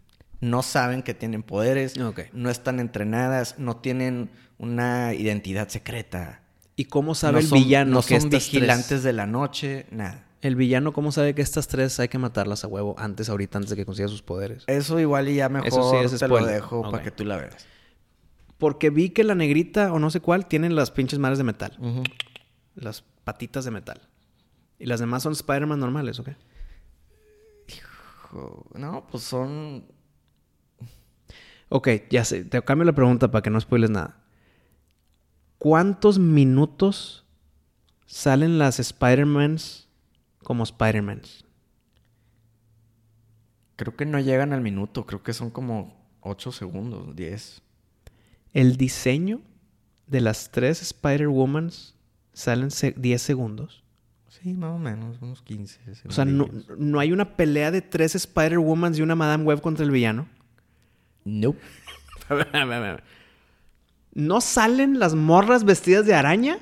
Speaker 1: No saben que tienen poderes,
Speaker 3: Ok.
Speaker 1: no están entrenadas, no tienen una identidad secreta.
Speaker 3: ¿Y cómo sabe
Speaker 1: no
Speaker 3: el
Speaker 1: son-
Speaker 3: villano
Speaker 1: no
Speaker 3: que
Speaker 1: son
Speaker 3: estas
Speaker 1: vigilantes
Speaker 3: tres...
Speaker 1: de la noche, nada.
Speaker 3: El villano, ¿cómo sabe que estas tres hay que matarlas a huevo antes, ahorita, antes de que consiga sus poderes?
Speaker 1: Eso igual y ya mejor
Speaker 3: sí es
Speaker 1: te lo
Speaker 3: spoiler.
Speaker 1: dejo
Speaker 3: Ok.
Speaker 1: para que tú la veas.
Speaker 3: Porque vi que la negrita o no sé cuál tienen las pinches madres de metal. Las patitas de metal. Y las demás son Spider-Man normales, ¿ok?
Speaker 1: Jo- No, pues son.
Speaker 3: Ok, ya sé. Te cambio la pregunta para que no spoiles nada. ¿Cuántos minutos salen las Spider-Mans como Spider-Mans?
Speaker 1: Creo que no llegan al minuto, creo que son como 8 segundos, 10.
Speaker 3: El diseño de las tres Spider-Womans salen se- 10 segundos.
Speaker 1: Sí, más o menos, unos 15.
Speaker 3: O sea, no,
Speaker 1: segundillos.
Speaker 3: no hay una pelea de tres Spider-Womans y una Madame Web contra el villano.
Speaker 1: Nope.
Speaker 3: no salen las morras vestidas de araña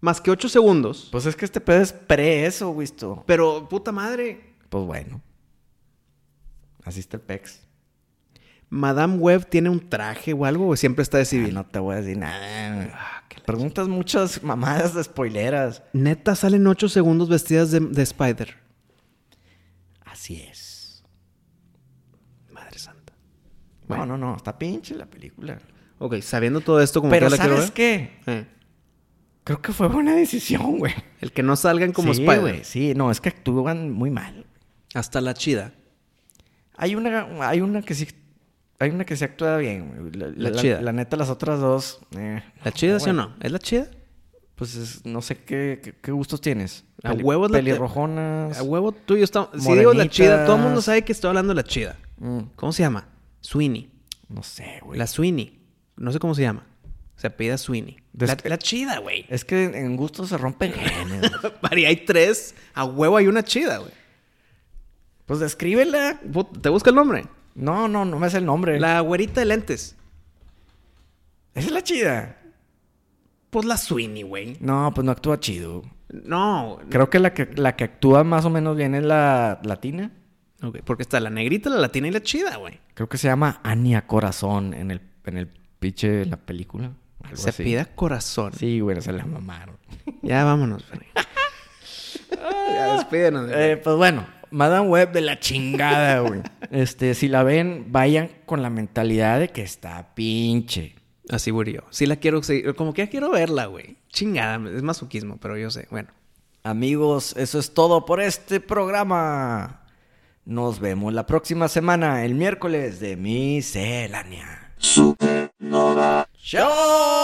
Speaker 3: más que 8 segundos.
Speaker 1: Pues es que este pedo es pre eso, Wisto.
Speaker 3: Pero, puta madre,
Speaker 1: Pues bueno. Así está el pex.
Speaker 3: Madame Web tiene un traje o algo o siempre está de
Speaker 1: Sí,
Speaker 3: civil.
Speaker 1: Ah, no te voy a decir nada.
Speaker 3: Ah,
Speaker 1: Preguntas muchas mamadas de spoileras.
Speaker 3: Neta salen ocho segundos vestidas de, de Spider.
Speaker 1: Así es.
Speaker 3: Madre santa.
Speaker 1: No, no, no, está pinche la película.
Speaker 3: Ok, sabiendo todo esto como
Speaker 1: Pero
Speaker 3: que la quiero
Speaker 1: ¿sabes
Speaker 3: ver.
Speaker 1: qué?
Speaker 3: Eh,
Speaker 1: Creo que fue buena decisión, güey.
Speaker 3: El que no salgan como
Speaker 1: sí,
Speaker 3: Spider.
Speaker 1: güey, Sí, no, es que actúan muy mal.
Speaker 3: Hasta la chida.
Speaker 1: Hay una, hay una que sí. Hay una que se actúa bien. güey. La, la-
Speaker 3: La chida.
Speaker 1: la neta, las otras dos. eh,
Speaker 3: ¿La chida sí o
Speaker 1: güey.
Speaker 3: no? ¿Es la chida?
Speaker 1: Pues es- no sé qué, qué, qué gustos tienes.
Speaker 3: A huevo es la-
Speaker 1: Pelirrojonas.
Speaker 3: A huevo tú y yo estamos... Si digo la
Speaker 1: Morenitas.
Speaker 3: chida, todo el mundo sabe que estoy hablando de la chida.
Speaker 1: Mm,
Speaker 3: ¿Cómo se llama? Sweeney.
Speaker 1: no sé, güey.
Speaker 3: La Sweeney. No sé cómo se llama. Se apellida Sweeney.
Speaker 1: Des-
Speaker 3: La, la chida, güey.
Speaker 1: Es que en gustos se rompen genes. güey.
Speaker 3: Mari, hay tres. A huevo hay una chida, güey.
Speaker 1: pues descríbela.
Speaker 3: Put- ¿Te busca el nombre?
Speaker 1: No, no, no me es el nombre.
Speaker 3: La güerita de lentes.
Speaker 1: Esa es la chida.
Speaker 3: Pues la Sweeney, güey.
Speaker 1: No, pues no actúa chido.
Speaker 3: No.
Speaker 1: Creo que la que, la que actúa más o menos bien es la latina.
Speaker 3: Ok, porque está la negrita, la latina y la chida, güey.
Speaker 1: Creo que se llama Ania Corazón en el, en el pinche de la película. algo
Speaker 3: Se
Speaker 1: así.
Speaker 3: pida corazón.
Speaker 1: Sí, güey, se la mamaron.
Speaker 3: Ya vámonos, Ferry. ya despídenos. güey.
Speaker 1: Eh, pues bueno, Madame Web de la chingada, güey. este, si la ven, vayan con la mentalidad de que está pinche.
Speaker 3: Así murió. Sí la quiero seguir. Como que ya quiero verla, güey. Chingada, es masoquismo, pero yo sé. Bueno.
Speaker 1: Amigos, eso es todo por este programa. Nos vemos la próxima semana, el miércoles de Miscelánea.
Speaker 2: Supernova.
Speaker 1: ¡Show!